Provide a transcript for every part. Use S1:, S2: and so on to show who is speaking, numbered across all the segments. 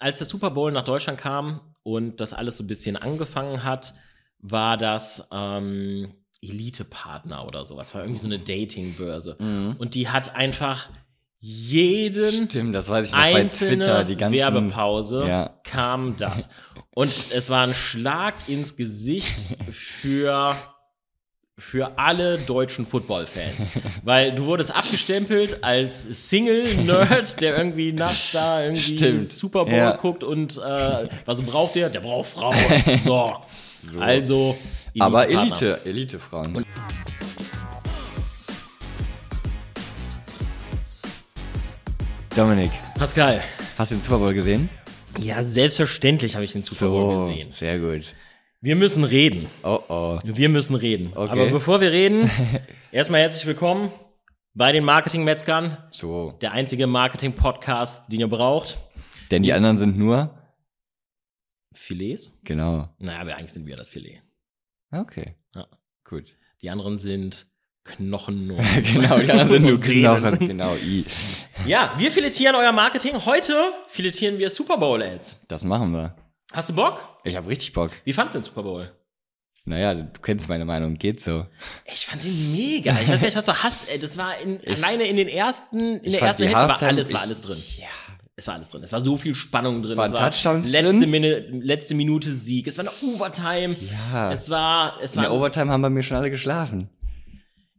S1: Als der Super Bowl nach Deutschland kam und das alles so ein bisschen angefangen hat, war das ähm, Elite-Partner oder sowas. War irgendwie so eine Dating-Börse. Und die hat einfach jeden
S2: Stimmt, das weiß ich noch bei Twitter,
S1: einzelne
S2: die ganzen
S1: Werbepause
S2: Ja.
S1: kam das. Und es war ein Schlag ins Gesicht für, für alle deutschen Football-Fans. Weil du wurdest abgestempelt als Single-Nerd, der irgendwie nachts da irgendwie
S2: Stimmt,
S1: Super Bowl
S2: ja.
S1: guckt und äh, was braucht der? Der braucht Frauen. So.
S2: So.
S1: Also.
S2: Aber
S1: Elite-Partner.
S2: Elite, Elite-Fragen. Dominik,
S1: Pascal.
S2: hast du den Super Bowl gesehen?
S1: Ja, selbstverständlich habe ich den Super Bowl gesehen.
S2: sehr gut.
S1: Wir müssen reden.
S2: Oh oh.
S1: Wir müssen reden.
S2: Okay.
S1: Aber bevor wir reden, erstmal herzlich willkommen bei den Marketing-Metzgern,
S2: So,
S1: der einzige Marketing-Podcast, den ihr braucht.
S2: denn die anderen sind nur.
S1: Filets?
S2: Genau.
S1: Naja, aber eigentlich sind wir das Filet.
S2: Okay.
S1: Ja.
S2: Gut.
S1: Die anderen sind Knochen. und-
S2: genau, die anderen sind nur
S1: und Sehnen.
S2: Knochen. Genau, i.
S1: Ja, wir filetieren euer Marketing. Heute filetieren wir Super Bowl-Ads.
S2: Das machen wir.
S1: Hast du Bock?
S2: Ich habe richtig Bock.
S1: Wie fandst du den Super Bowl?
S2: Naja, du kennst meine Meinung, geht so.
S1: Ich fand den mega. Ich weiß gar nicht, was du hast. Ey, Das war in, alleine in den ersten, in
S2: Ich
S1: der
S2: fand
S1: ersten
S2: die
S1: Hälfte war
S2: Halftime-
S1: alles, war
S2: ich-
S1: alles drin.
S2: Ja.
S1: Es war alles drin. Es war so viel Spannung drin. es
S2: Waren
S1: war
S2: Touchdowns
S1: letzte,
S2: drin?
S1: Mine, letzte Minute Sieg. Es war eine Overtime.
S2: Ja.
S1: Es war, es
S2: In der
S1: war,
S2: Overtime haben bei mir schon alle geschlafen.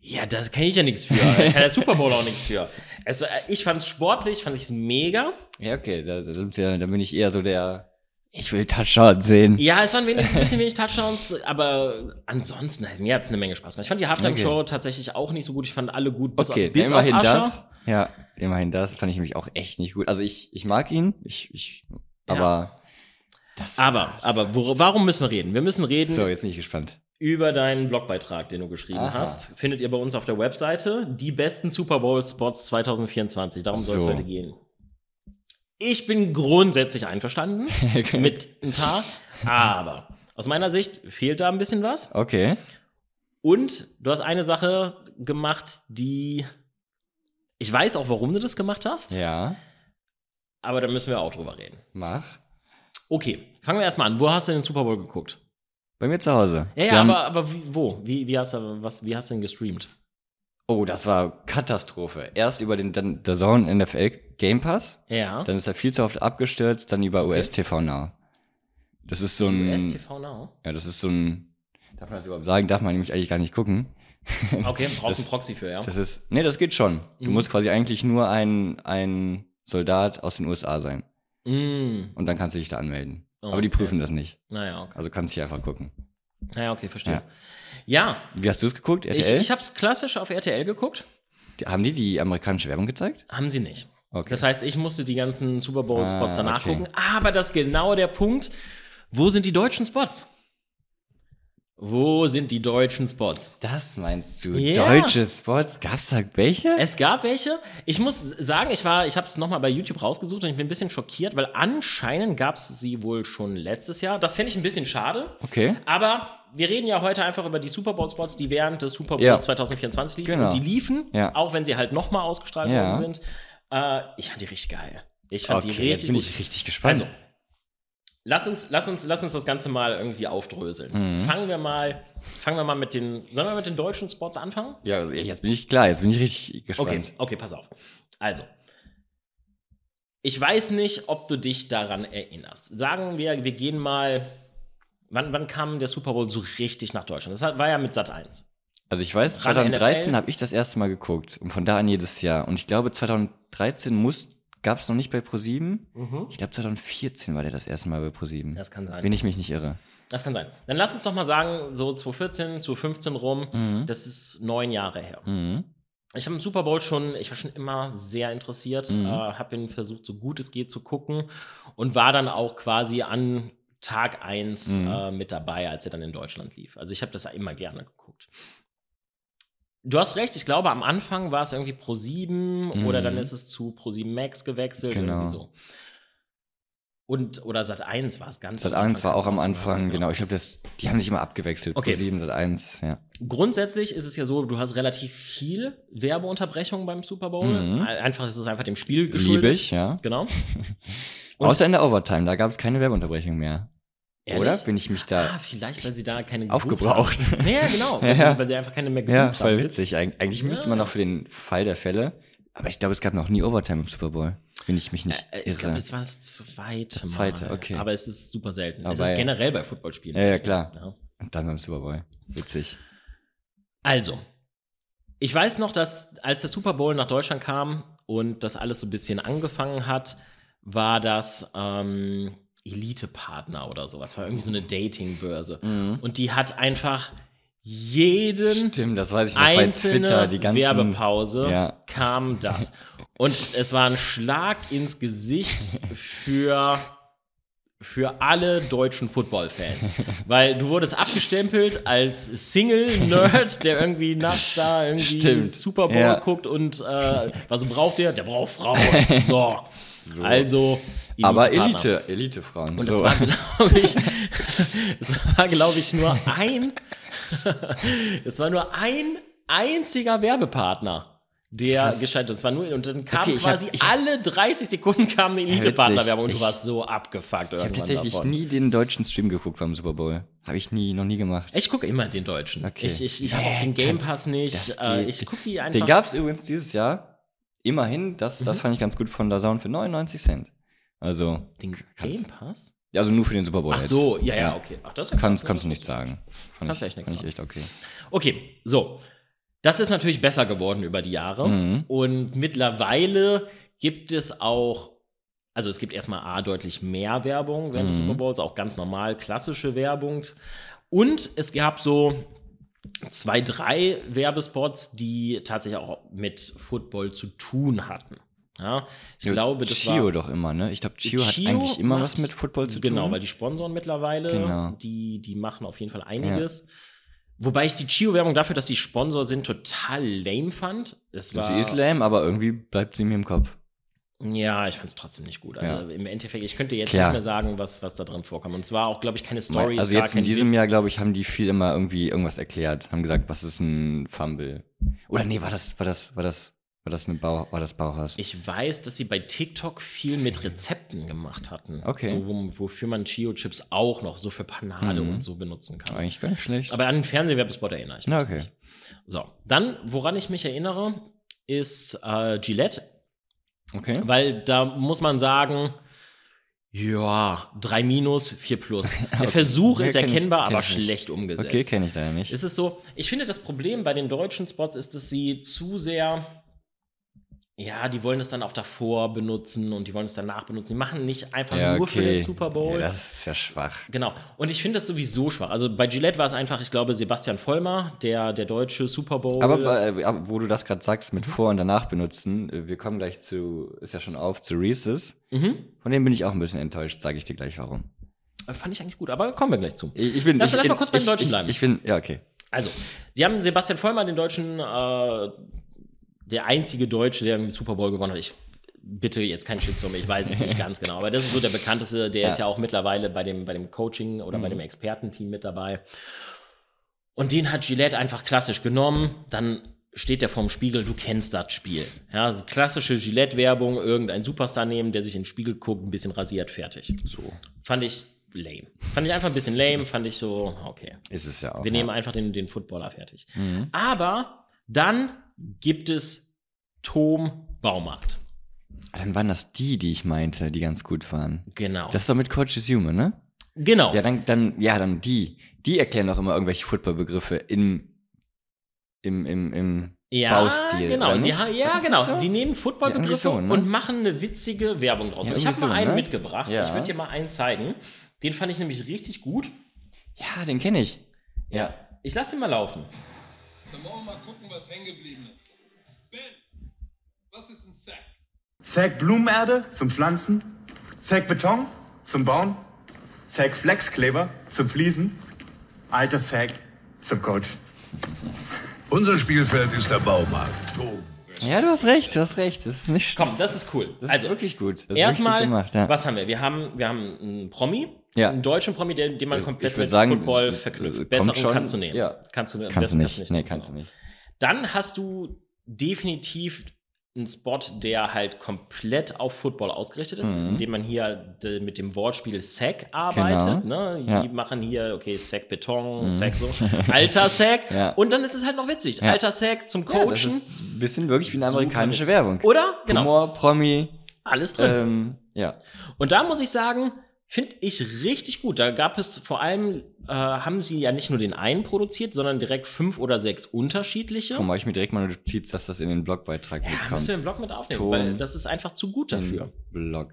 S1: ja, das kann ich ja nichts für. Da kann der Super Bowl auch nichts für. Es war, ich fand es sportlich, fand ich es mega.
S2: Ja, okay, da, da sind wir, da bin ich eher so der. Ich will Touchdown sehen.
S1: Ja, es waren wenig, ein bisschen wenig Touchdowns, aber ansonsten, mir hat es eine Menge Spaß gemacht. Ich fand die Halftime-Show tatsächlich auch nicht so gut. Ich fand alle gut, bis,
S2: Okay,
S1: auf, bis
S2: immerhin
S1: auf Usher.
S2: das. Ja, immerhin das fand ich nämlich auch echt nicht gut. Also ich, ich mag ihn, ich, ich,
S1: Ja.
S2: aber. Das war-
S1: Aber, aber wo, warum müssen wir reden? Wir müssen reden
S2: So, jetzt bin ich gespannt.
S1: über deinen Blogbeitrag, den du geschrieben
S2: Aha.
S1: hast, findet ihr bei uns auf der Webseite die besten Super Bowl Spots 2024. Darum soll es
S2: So.
S1: heute gehen. Ich bin grundsätzlich einverstanden mit ein paar, aber aus meiner Sicht fehlt da ein bisschen was.
S2: Okay.
S1: Und du hast eine Sache gemacht, die ich weiß auch, warum du das gemacht hast,
S2: Ja,
S1: aber da müssen wir auch drüber reden.
S2: mach.
S1: Okay, fangen wir erstmal an. Wo hast du den Super Bowl geguckt?
S2: Bei mir zu Hause.
S1: Ja,
S2: Wir
S1: ja
S2: haben-
S1: aber, aber wie, wo? Wie, wie, hast du, was, wie hast du denn gestreamt?
S2: Oh, das war Katastrophe. Erst über den dann der Zone NFL Game Pass,
S1: Ja.
S2: dann ist er viel zu oft abgestürzt, dann über
S1: Okay.
S2: US TV Now. Das ist so
S1: Hm.
S2: ein.
S1: STV Now.
S2: Ja, das ist so ein. Darf man das überhaupt sagen? Darf man nämlich eigentlich gar nicht gucken.
S1: Okay, brauchst
S2: Das-
S1: einen Proxy für, ja.
S2: Das ist. Nee, das geht schon. Du
S1: Mhm.
S2: musst quasi eigentlich nur ein, ein Soldat aus den USA sein.
S1: Mm,
S2: Und dann kannst du dich da anmelden.
S1: Oh,
S2: Aber die
S1: okay.
S2: prüfen das nicht.
S1: naja, okay.
S2: Also kannst du dich einfach gucken.
S1: Naja, okay, verstehe. Ja,
S2: Wie hast du es geguckt?
S1: ich,
S2: RTL?
S1: ich habe es klassisch auf RTL geguckt.
S2: Die- Haben die die amerikanische Werbung gezeigt?
S1: Haben sie nicht.
S2: Okay.
S1: Das heißt, ich musste die ganzen Super Bowl-Spots
S2: Ah,
S1: danach
S2: okay.
S1: gucken. Aber das ist genau der Punkt. Wo sind die deutschen Spots? Wo sind die deutschen Spots?
S2: Das meinst du?
S1: Ja.
S2: Deutsche Spots? Gab's da welche?
S1: Es gab welche. Ich muss sagen, ich war, ich habe es nochmal bei YouTube rausgesucht und ich bin ein bisschen schockiert, weil anscheinend gab es sie wohl schon letztes Jahr. Das finde ich ein bisschen schade.
S2: Okay.
S1: Aber wir reden ja heute einfach über die Super Bowl Spots, die während des Super Bowls
S2: Ja.
S1: 2024 liefen.
S2: Genau.
S1: Und die liefen,
S2: Ja.
S1: auch wenn sie halt nochmal ausgestrahlt
S2: Ja.
S1: worden sind. Äh, ich fand die richtig geil. Ich fand die
S2: Okay, jetzt
S1: richtig
S2: bin
S1: gut.
S2: ich richtig gespannt.
S1: also, lass uns, lass uns, lass uns das Ganze mal irgendwie aufdröseln.
S2: Mhm.
S1: Fangen wir mal, fangen wir mal mit den, sollen wir mit den deutschen Spots anfangen?
S2: ja, also jetzt bin ich klar, jetzt bin ich richtig
S1: Okay,
S2: gespannt.
S1: okay, pass auf. Also, ich weiß nicht, ob du dich daran erinnerst. Sagen wir, wir gehen mal. Wann, wann kam der Super Bowl so richtig nach Deutschland? Das hat- war ja mit Sat 1.
S2: Also ich weiß,
S1: Ran
S2: 2013
S1: NFL?
S2: habe ich das erste Mal geguckt und von da an jedes Jahr. Und ich glaube, 2013 muss, gab es noch nicht bei ProSieben. Ich glaube, 2014 war der das erste Mal bei ProSieben.
S1: Das kann sein.
S2: Wenn Mhm. ich mich nicht irre.
S1: Das kann sein. Dann lass uns doch mal sagen, so 2014, 2015 rum,
S2: Mhm.
S1: das ist neun Jahre her.
S2: Mhm.
S1: Ich habe im Super Bowl schon, ich war schon immer sehr interessiert,
S2: Mhm.
S1: äh, habe ihn versucht, so gut es geht zu gucken und war dann auch quasi an Tag 1
S2: Mhm.
S1: äh, mit dabei, als er dann in Deutschland lief. Also ich habe das immer gerne geguckt. Du hast recht, ich glaube, am Anfang war es irgendwie Pro 7
S2: Mhm.
S1: oder dann ist es zu Pro 7 Max gewechselt,
S2: Genau.
S1: irgendwie so. Und, oder Sat 1 war es ganz am
S2: Sat 1 war
S1: ganz
S2: auch am Anfang, genau. Ich glaube, das- die haben sich immer abgewechselt.
S1: Okay.
S2: ProSieben, Sat 1, ja.
S1: Grundsätzlich ist es ja so, du hast relativ viel Werbeunterbrechungen beim Super Bowl.
S2: Mhm.
S1: Ein- Einfach, es ist einfach dem Spiel geschuldet.
S2: Liebig, ja.
S1: Genau.
S2: Außer in der Overtime, da gab es keine Werbeunterbrechung mehr.
S1: Ehrlich?
S2: Oder? Bin ich mich da
S1: Ah, vielleicht, weil sie da keine gebucht
S2: aufgebraucht?
S1: haben. Naja, genau.
S2: Ja, ja.
S1: Weil sie einfach keine mehr gebucht
S2: ja,
S1: haben.
S2: voll witzig. Eig eigentlich müsste man
S1: Ja.
S2: noch für den Fall der Fälle. Aber ich glaube, es gab noch nie Overtime im Super Bowl. Wenn ich mich nicht
S1: Äh,
S2: irre.
S1: Ich glaube, das war das zweite.
S2: Das zweite,
S1: Mal.
S2: okay.
S1: Aber es ist super selten. es
S2: Aber
S1: ist
S2: ja.
S1: generell bei Footballspielen.
S2: Ja, ja, klar.
S1: Ja.
S2: Und dann beim Super Bowl. Witzig.
S1: Also, ich weiß noch, dass als der Super Bowl nach Deutschland kam und das alles so ein bisschen angefangen hat, war das ähm, Elite-Partner oder sowas. War irgendwie so eine Dating-Börse. Und die hat einfach jeden
S2: Stimmt, das weiß ich noch bei
S1: einzelne
S2: Twitter. Die ganzen
S1: Werbepause
S2: Ja.
S1: kam das. Und es war ein Schlag ins Gesicht für, für alle deutschen Football-Fans. Weil du wurdest abgestempelt als Single-Nerd, der irgendwie nachts da irgendwie
S2: Stimmt.
S1: Super Bowl
S2: Ja.
S1: guckt und äh, was braucht der? Der braucht Frauen. So.
S2: So.
S1: Also.
S2: aber
S1: Elite-Partner.
S2: Elite, Elite-Frauen.
S1: Und es
S2: so.
S1: war, glaube ich, es war, glaube ich, nur ein, es war nur ein einziger Werbepartner, der
S2: Krass.
S1: gescheitert ist. Es war nur, und dann kam
S2: Okay, ich hab-
S1: quasi
S2: ich-
S1: alle 30 Sekunden kam eine Elite-Partner-Werbung und du
S2: Ich-
S1: warst so abgefuckt
S2: ich habe
S1: irgendwann
S2: tatsächlich
S1: davon.
S2: nie den deutschen Stream geguckt beim Super Bowl. Habe ich nie, noch nie gemacht.
S1: Ich gucke immer den Deutschen.
S2: Okay.
S1: Ich, ich, ich habe auch den Game Pass nicht.
S2: das
S1: Äh,
S2: geht.
S1: ich gucke die einfach. Mhm.
S2: Den gab es übrigens dieses Jahr. Immerhin, das, das fand ich ganz gut von Sound für 99 Cent. Also,
S1: den Game Pass?
S2: ja, also nur für den Super Bowl.
S1: Ach
S2: jetzt.
S1: so, ja, ja, okay. Ach, das
S2: Kannst, kannst du nichts sagen. Fand
S1: Kannst
S2: ich,
S1: echt nichts
S2: fand ich echt okay.
S1: Okay, so. Das ist natürlich besser geworden über die Jahre.
S2: Mhm.
S1: Und mittlerweile gibt es auch, also es gibt erstmal A, deutlich mehr Werbung während des
S2: Mhm.
S1: Super Bowls, auch ganz normal klassische Werbung. Und es gab so zwei, drei Werbespots, die tatsächlich auch mit Football zu tun hatten. Ja, ich
S2: Ja,
S1: glaube, das
S2: Chio
S1: war.
S2: doch immer, ne? Ich glaube, Chio, hat
S1: Chio
S2: eigentlich immer
S1: macht-
S2: was mit Football zu tun.
S1: Genau, weil die sponsoren mittlerweile,
S2: Genau.
S1: die, die machen auf jeden Fall einiges. Wobei ich die Chio-Werbung dafür, dass sie Sponsor sind, total lame fand. Es war,
S2: Sie ist lame, aber irgendwie bleibt sie mir im Kopf.
S1: Ja, ich fand es trotzdem nicht gut. Also im Endeffekt, ich könnte jetzt
S2: Klar.
S1: nicht mehr sagen, was, was da drin vorkam. Und es war auch, glaube ich, keine Story. es
S2: also
S1: war
S2: jetzt in
S1: kein
S2: diesem
S1: Witz.
S2: Jahr, glaube ich, haben die viel immer irgendwie irgendwas erklärt, haben gesagt, was ist ein Fumble? Oder nee, war das, war das, war das, war das eine Bau, war das Bauhaus?
S1: Ich weiß, dass sie bei TikTok viel mit Rezepten gemacht hatten.
S2: Okay.
S1: So, wo, wofür man Chio-Chips auch noch so für Panade
S2: Mhm.
S1: und so benutzen kann.
S2: Eigentlich gar nicht schlecht.
S1: Aber an den Fernsehwerbespot erinnere ich mich.
S2: Na, okay.
S1: nicht. So, dann, woran ich mich erinnere, ist äh, Gillette,
S2: okay.
S1: weil da muss man sagen, ja, 3 minus, 4 plus. Der Versuch
S2: Ja,
S1: ist
S2: kenn ich-
S1: erkennbar,
S2: kenn
S1: aber
S2: ich nicht.
S1: schlecht umgesetzt.
S2: Okay, kenne ich da ja nicht.
S1: Es ist so, ich finde, das Problem bei den deutschen Spots ist, dass sie zu sehr, ja, die wollen es dann auch davor benutzen und die wollen es danach benutzen. Die machen nicht einfach nur für den Super Bowl.
S2: Ja, das ist ja schwach.
S1: Genau. Und ich finde das sowieso schwach. Also bei Gillette war es einfach, ich glaube, Sebastian Vollmer, der, der deutsche Super Bowl.
S2: Aber, bei- aber wo du das gerade sagst, mit Vor- und Danach benutzen, äh, wir kommen gleich zu, ist ja schon auf, zu Reese's.
S1: mhm.
S2: Von dem bin ich auch ein bisschen enttäuscht, sage ich dir gleich warum.
S1: fand ich eigentlich gut, aber kommen wir gleich zu.
S2: Ich, ich bin,
S1: Lass-
S2: ich,
S1: lass mal kurz beim
S2: ich,
S1: Deutschen
S2: ich,
S1: bleiben.
S2: Ich bin, ja, okay.
S1: Also, sie haben Sebastian Vollmer, den deutschen, äh, der einzige Deutsche, der irgendwie Super Bowl gewonnen hat. Ich bitte jetzt kein Shitstorm, ich weiß es nicht ganz genau, aber das ist so der bekannteste, der ist ja auch mittlerweile bei dem, bei dem Coaching oder bei dem Expertenteam mit dabei. Und den hat Gillette einfach klassisch genommen. Dann steht der vorm Spiegel, du kennst das Spiel. Ja, klassische Gillette-Werbung, irgendein Superstar nehmen, der sich in den Spiegel guckt, ein bisschen rasiert, fertig.
S2: So.
S1: Fand ich lame. Fand ich einfach ein bisschen lame, fand ich so, okay.
S2: Ist es ja auch.
S1: Wir
S2: ja.
S1: nehmen einfach den, den Footballer fertig.
S2: Mhm.
S1: Aber dann gibt es Tom Baumarkt.
S2: Ah, Dann waren das die, die ich meinte, die ganz gut waren.
S1: Genau.
S2: Das ist doch mit Coach Hume, ne?
S1: genau.
S2: Ja, dann, dann, ja, dann die. Die erklären doch immer irgendwelche Footballbegriffe im, im, im, im
S1: ja,
S2: Baustil.
S1: Genau.
S2: oder
S1: Die,
S2: nicht?
S1: ha- ja,
S2: Ist das
S1: genau.
S2: so?
S1: Die nehmen
S2: Ja,
S1: Footballbegriffe
S2: irgendwie so, ne?
S1: und machen eine witzige Werbung draus.
S2: Ja,
S1: ich habe
S2: irgendwie
S1: mal
S2: so,
S1: einen
S2: ne?
S1: mitgebracht.
S2: Ja.
S1: Ich würde dir mal einen zeigen. Den fand ich nämlich richtig gut.
S2: ja, den kenne ich. Ja.
S1: Ich lasse den mal laufen.
S3: Dann wollen wir mal gucken, was hängen geblieben ist. Ben, was ist ein Sack?
S4: Zack Blumenerde zum Pflanzen, Zack Beton zum Bauen, Zack Flexkleber zum Fliesen, alter Zack zum Coach.
S5: Unser Spielfeld ist der Baumarkt. Dom.
S2: Ja, du hast recht, du hast recht. Das ist nicht.
S1: Komm, das ist cool.
S2: das
S1: also,
S2: ist wirklich gut. Das ist
S1: erstmal,
S2: wirklich gut gemacht, ja.
S1: was haben wir? Wir haben, wir haben einen Promi.
S2: Ja.
S1: Einen deutschen Promi, den, den man
S2: Ich
S1: komplett
S2: würd
S1: mit
S2: sagen,
S1: Football
S2: äh,
S1: verknüpft.
S2: kommt
S1: Besseren
S2: schon.
S1: kannst du nehmen.
S2: Ja.
S1: Kannst du,
S2: Kannst
S1: besser
S2: du nicht. Nee, kannst du nicht.
S1: Dann hast du definitiv ein Spot, der halt komplett auf Football ausgerichtet ist,
S2: Mhm.
S1: indem man hier d- mit dem Wortspiel Sack arbeitet. Ne? Die
S2: Genau. Ja. Mhm.
S1: machen hier, okay, Sack Beton, Sack so, alter Sack.
S2: Ja.
S1: Und dann ist es halt noch witzig.
S2: Ja.
S1: Alter Sack zum
S2: Ja,
S1: Coachen.
S2: das ist ein bisschen wirklich wie eine
S1: Super
S2: amerikanische
S1: witzig.
S2: Werbung.
S1: Oder? Genau.
S2: Humor, Promi,
S1: Alles drin.
S2: ähm, ja.
S1: Und da muss ich sagen, finde ich richtig gut. Da gab es vor allem, äh, haben sie ja nicht nur den einen produziert, sondern direkt fünf oder sechs unterschiedliche.
S2: Komm, mach ich mir direkt mal eine Notiz, dass das in den Blogbeitrag
S1: ja,
S2: mitkommt.
S1: müssen wir im Blog mit aufnehmen,
S2: Ton. Mhm.
S1: weil das ist einfach zu gut dafür.
S2: Im Blog.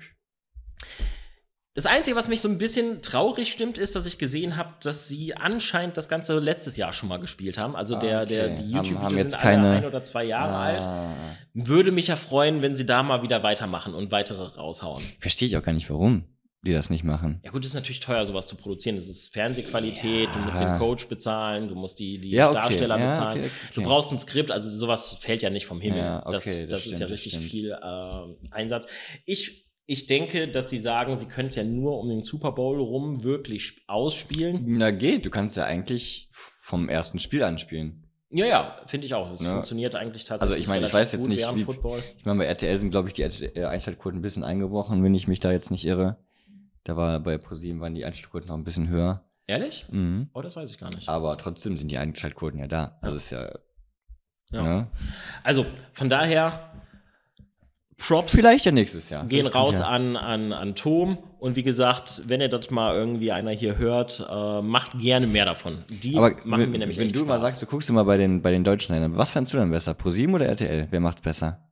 S1: Das Einzige, was mich so ein bisschen traurig stimmt, ist, dass ich gesehen habe, dass sie anscheinend das Ganze letztes Jahr schon mal gespielt haben. Also der,
S2: Okay.
S1: der, die
S2: Haben- haben
S1: YouTube-Videos
S2: jetzt
S1: sind alle
S2: keine-
S1: ein oder zwei Jahre alt.
S2: Ah.
S1: Würde mich ja freuen, wenn sie da mal wieder weitermachen und weitere raushauen.
S2: Verstehe ich auch gar nicht, warum die das nicht machen.
S1: Ja gut, ist natürlich teuer, sowas zu produzieren. Das ist Fernsehqualität, du musst den Coach bezahlen, du musst die, die
S2: Ja, okay.
S1: Darsteller
S2: Ja,
S1: bezahlen.
S2: okay, okay,
S1: Du
S2: okay.
S1: brauchst ein Skript, also sowas fällt ja nicht vom Himmel.
S2: Ja, okay,
S1: das das,
S2: das
S1: ist
S2: stimmt,
S1: ja
S2: das
S1: richtig
S2: stimmt.
S1: viel äh, Einsatz. Ich, ich denke, dass sie sagen, sie können es ja nur um den Super Bowl rum wirklich sp- ausspielen.
S2: Na geht, du kannst ja eigentlich vom ersten Spiel anspielen.
S1: Ja, ja, finde ich auch. Das
S2: Ja.
S1: funktioniert eigentlich tatsächlich.
S2: Also ich meine, ich
S1: relativ
S2: weiß jetzt
S1: gut
S2: nicht,
S1: während
S2: wie,
S1: Football.
S2: ich meine, bei RTL sind, glaube ich, die RTL Einschaltquoten ein bisschen eingebrochen, wenn ich mich da jetzt nicht irre. Da war bei ProSieben waren die Einschaltquoten noch ein bisschen höher.
S1: Ehrlich?
S2: Mhm.
S1: Oh, das weiß ich gar nicht.
S2: Aber trotzdem sind die Einschaltquoten ja da. Also ist ja,
S1: Ja.
S2: Ne?
S1: Also, von daher, Props
S2: Vielleicht ja nächstes Jahr.
S1: gehen
S2: Vielleicht
S1: raus
S2: kommt ja.
S1: an, an, an Tom. Und wie gesagt, wenn ihr das mal irgendwie einer hier hört, äh, macht gerne mehr davon. Die
S2: Aber
S1: machen
S2: wenn,
S1: mir nämlich
S2: wenn
S1: echt
S2: du mal
S1: Spaß.
S2: sagst, du guckst immer bei den, bei den Deutschen rein, was fandst du denn besser? ProSieben oder RTL? Wer macht's besser?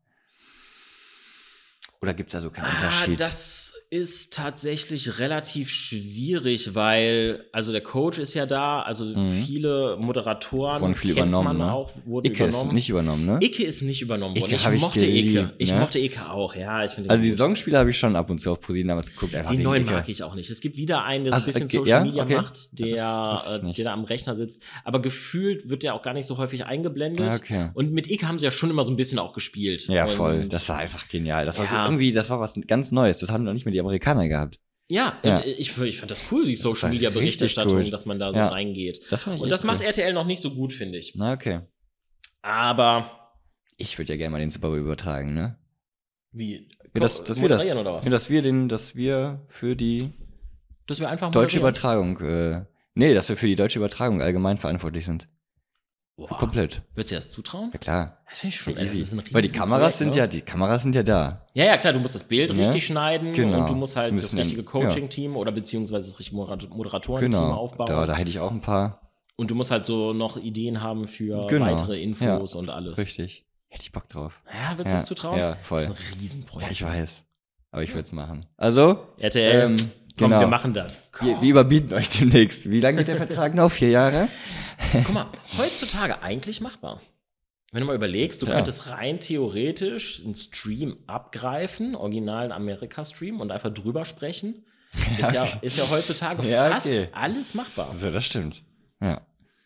S2: Oder gibt's da so keinen
S1: ah,
S2: Unterschied?
S1: das ist tatsächlich relativ schwierig, weil, also der Coach ist ja da, also viele Moderatoren
S2: Mhm. Wurden viel
S1: kennt
S2: übernommen,
S1: man
S2: ne?
S1: auch, wurden
S2: Icke ist
S1: übernommen.
S2: nicht übernommen, ne?
S1: Icke ist nicht übernommen worden.
S2: Icke
S1: Ich
S2: hab ich
S1: mochte
S2: geliebt,
S1: Icke. Ich
S2: ne?
S1: mochte Icke auch, ja. Ich finde
S2: also
S1: den
S2: die
S1: gut.
S2: Songspiele habe ich schon ab und zu auf ProSieben damals geguckt. Einfach
S1: Den
S2: wegen
S1: neuen
S2: Icke.
S1: mag ich auch nicht. Es gibt wieder einen, der so ein
S2: Ah, Ach,
S1: bisschen
S2: okay,
S1: Social
S2: ja,
S1: Media
S2: okay.
S1: macht, der,
S2: Das wusste ich
S1: äh,
S2: nicht.
S1: der da am Rechner sitzt. Aber gefühlt wird der auch gar nicht so häufig eingeblendet.
S2: Ja, okay.
S1: Und mit Ike haben sie ja schon immer so ein bisschen auch gespielt.
S2: Ja,
S1: Und-
S2: voll. Das war einfach genial. Das war so
S1: Ja.
S2: irgendwie, das war was ganz Neues. Das haben noch nicht mehr die Amerikaner gehabt.
S1: Ja,
S2: Ja.
S1: und ich, ich fand das cool, die Social
S2: war
S1: Media
S2: richtig
S1: Berichterstattung,
S2: cool.
S1: dass man da so
S2: Ja.
S1: reingeht.
S2: Das fand ich
S1: Und
S2: echt
S1: das macht
S2: cool.
S1: RTL noch nicht so gut, finde ich.
S2: Na, okay.
S1: Aber
S2: Ich würde ja gerne mal den Super Bowl übertragen, ne?
S1: wie?
S2: Ja, das, dass, wir das,
S1: moderieren oder was?
S2: ja, dass wir den, dass wir für die
S1: Dass wir einfach
S2: deutsche
S1: moderieren.
S2: Übertragung, äh, nee, dass wir für die deutsche Übertragung allgemein verantwortlich sind.
S1: Boah.
S2: Komplett.
S1: Würdest du dir das zutrauen?
S2: Ja klar.
S1: Das finde ich schon
S2: Ja,
S1: das ist
S2: easy.
S1: ein
S2: Weil die
S1: riesen
S2: Kameras
S1: Projekt,
S2: sind
S1: ne?
S2: ja, die Kameras sind ja da.
S1: Ja, ja, klar, du musst das Bild
S2: Ne?
S1: richtig schneiden
S2: Genau.
S1: und du musst halt das
S2: Müssen dann-
S1: richtige Coaching-Team oder beziehungsweise das richtige Moder- Moderatoren-Team
S2: Genau.
S1: aufbauen.
S2: Da, da hätte ich auch ein paar.
S1: Und du musst halt so noch Ideen haben für
S2: Genau.
S1: weitere Infos und alles.
S2: Richtig. Hätte ich Bock drauf.
S1: Ja, willst du
S2: Ja,
S1: das zutrauen?
S2: ja, voll.
S1: Das ist ein
S2: Ja,
S1: Riesenprojekt.
S2: ich weiß. Aber ich würde es machen. Also,
S1: RTL,
S2: Ähm,
S1: komm,
S2: genau.
S1: wir machen das.
S2: wir, wir überbieten euch demnächst. Wie lange geht der Vertrag noch? Vier Jahre?
S1: Guck mal, heutzutage eigentlich machbar. Wenn du mal überlegst, du
S2: Ja.
S1: könntest rein theoretisch einen Stream abgreifen, originalen Amerika-Stream und einfach drüber sprechen. Ist ja, ist ja heutzutage
S2: Ja,
S1: fast
S2: okay.
S1: alles machbar.
S2: So, das stimmt. Ja.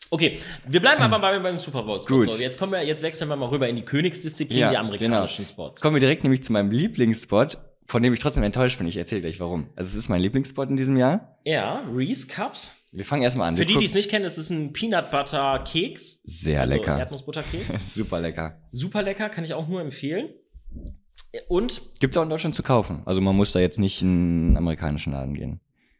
S1: Okay, wir bleiben aber bei, beim Super Bowl Spot.
S2: Gut.
S1: So, jetzt kommen wir, jetzt wechseln wir mal rüber in die Königsdisziplin,
S2: Ja,
S1: die amerikanischen
S2: Jetzt
S1: Sports.
S2: genau. kommen wir direkt nämlich zu meinem Lieblingsspot, von dem ich trotzdem enttäuscht bin. Ich erzähle gleich warum. Also, es ist mein Lieblingsspot in diesem Jahr.
S1: Ja, Reese Cups.
S2: Wir fangen erstmal an.
S1: Für
S2: Wir
S1: die, die es
S2: gucken-
S1: nicht kennen, es ist ein Peanut Butter Keks.
S2: Sehr
S1: also
S2: lecker.
S1: Erdnussbutterkeks.
S2: Super lecker.
S1: Super lecker, kann ich auch nur empfehlen. Und
S2: Gibt es auch in Deutschland zu kaufen. Also, man muss da jetzt nicht in einen amerikanischen Laden gehen.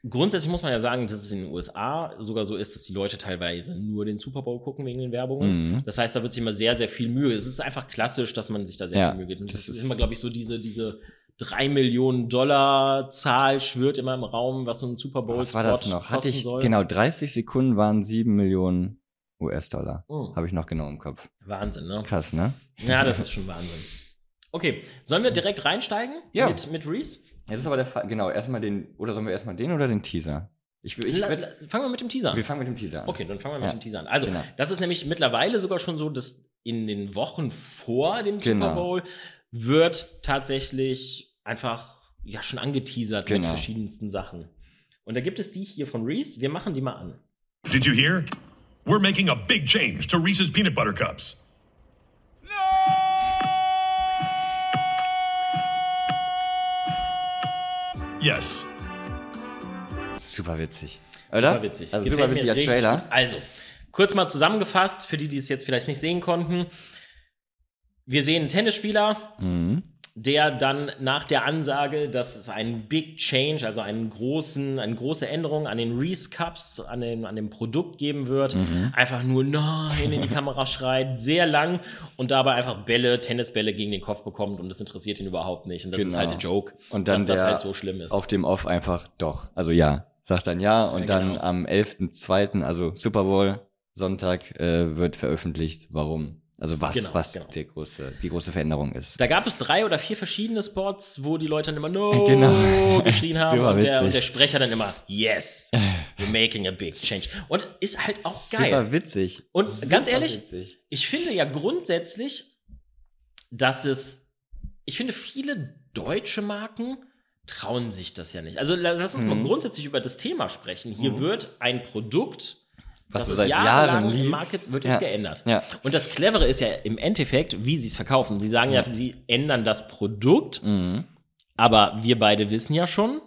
S1: grundsätzlich muss man ja sagen, dass es in den USA sogar so ist, dass die Leute teilweise nur den Super Bowl gucken wegen den Werbungen.
S2: Mhm.
S1: Das heißt, da wird sich immer sehr, sehr viel Mühe. Es ist einfach klassisch, dass man sich da sehr
S2: Ja,
S1: viel Mühe gibt. Und das,
S2: das
S1: ist
S2: ist-
S1: immer, glaube ich, so diese, diese 3 Millionen Dollar Zahl schwirrt immer im Raum, was so ein Super Bowl
S2: Was war das noch? Hatte
S1: kosten
S2: ich,
S1: soll.
S2: genau, 30 Sekunden waren 7 Millionen US-Dollar.
S1: Mhm.
S2: Habe ich noch genau im Kopf.
S1: Wahnsinn, ne?
S2: Krass, ne?
S1: Ja, das ist schon Wahnsinn. Okay, sollen wir direkt reinsteigen
S2: Ja.
S1: mit, mit Reese?
S2: Jetzt ist aber der Fall. Genau, erstmal den. Oder sollen wir erstmal den oder den Teaser? Ich, will- ich,
S1: La-
S2: würd-
S1: la- Fangen wir mit dem Teaser an.
S2: wir fangen mit dem Teaser an.
S1: Okay, dann fangen wir mit
S2: Ja.
S1: dem Teaser an. Also,
S2: Genau.
S1: das ist nämlich mittlerweile sogar schon so, dass in den Wochen vor dem Super
S2: Genau.
S1: Bowl wird tatsächlich einfach ja schon angeteasert mit
S2: Genau.
S1: verschiedensten Sachen. Und da gibt es die hier von Reese. Wir machen die mal an.
S6: Did you hear? We're making a big change to Reese's Peanut Butter Cups. No! Yes.
S2: Super witzig. Oder?
S1: Super witzig.
S2: Also
S1: Gefällt
S2: super
S1: mir
S2: witziger
S1: richtig gut.
S2: Trailer.
S1: Also, kurz mal zusammengefasst, für die, die es jetzt vielleicht nicht sehen konnten. wir sehen einen Tennisspieler,
S2: Mhm.
S1: der dann nach der Ansage, dass es einen Big Change, also einen großen, eine große Änderung an den Reese Cups, an, den, an dem Produkt geben wird,
S2: Mhm.
S1: einfach nur nein in die Kamera schreit, sehr lang und dabei einfach Bälle, Tennisbälle gegen den Kopf bekommt und das interessiert ihn überhaupt nicht. Und das ist
S2: Genau.
S1: halt der Joke,
S2: Und dann
S1: dass das
S2: der
S1: halt so schlimm ist.
S2: Auf dem Off einfach doch. Also ja. Sagt dann ja und
S1: Ja,
S2: dann
S1: genau.
S2: am 11.2., also Super Bowl, Sonntag, äh, wird veröffentlicht, warum. Also was,
S1: Genau,
S2: was
S1: genau.
S2: Der große, die große Veränderung ist.
S1: Da gab es drei oder vier verschiedene Spots, wo die Leute dann immer No
S2: Genau.
S1: geschrien haben
S2: Super
S1: und der, und der
S2: witzig.
S1: Sprecher dann immer Yes, we're making a big change. Und ist halt auch geil.
S2: Super witzig.
S1: Und ganz
S2: Super
S1: ehrlich,
S2: witzig.
S1: ich finde ja grundsätzlich, dass es, ich finde viele deutsche Marken trauen sich das ja nicht. Also la- lass uns
S2: Mhm.
S1: mal grundsätzlich über das Thema sprechen. Hier wird ein Produkt,
S2: Was du
S1: es
S2: seit
S1: jahrelang
S2: Jahren
S1: im
S2: liebst.
S1: Market wird jetzt
S2: Ja.
S1: geändert.
S2: Ja.
S1: Und das Clevere ist ja im Endeffekt, wie sie es verkaufen. Sie sagen ja, sie ändern das Produkt,
S2: Mhm.
S1: aber wir beide wissen ja schon,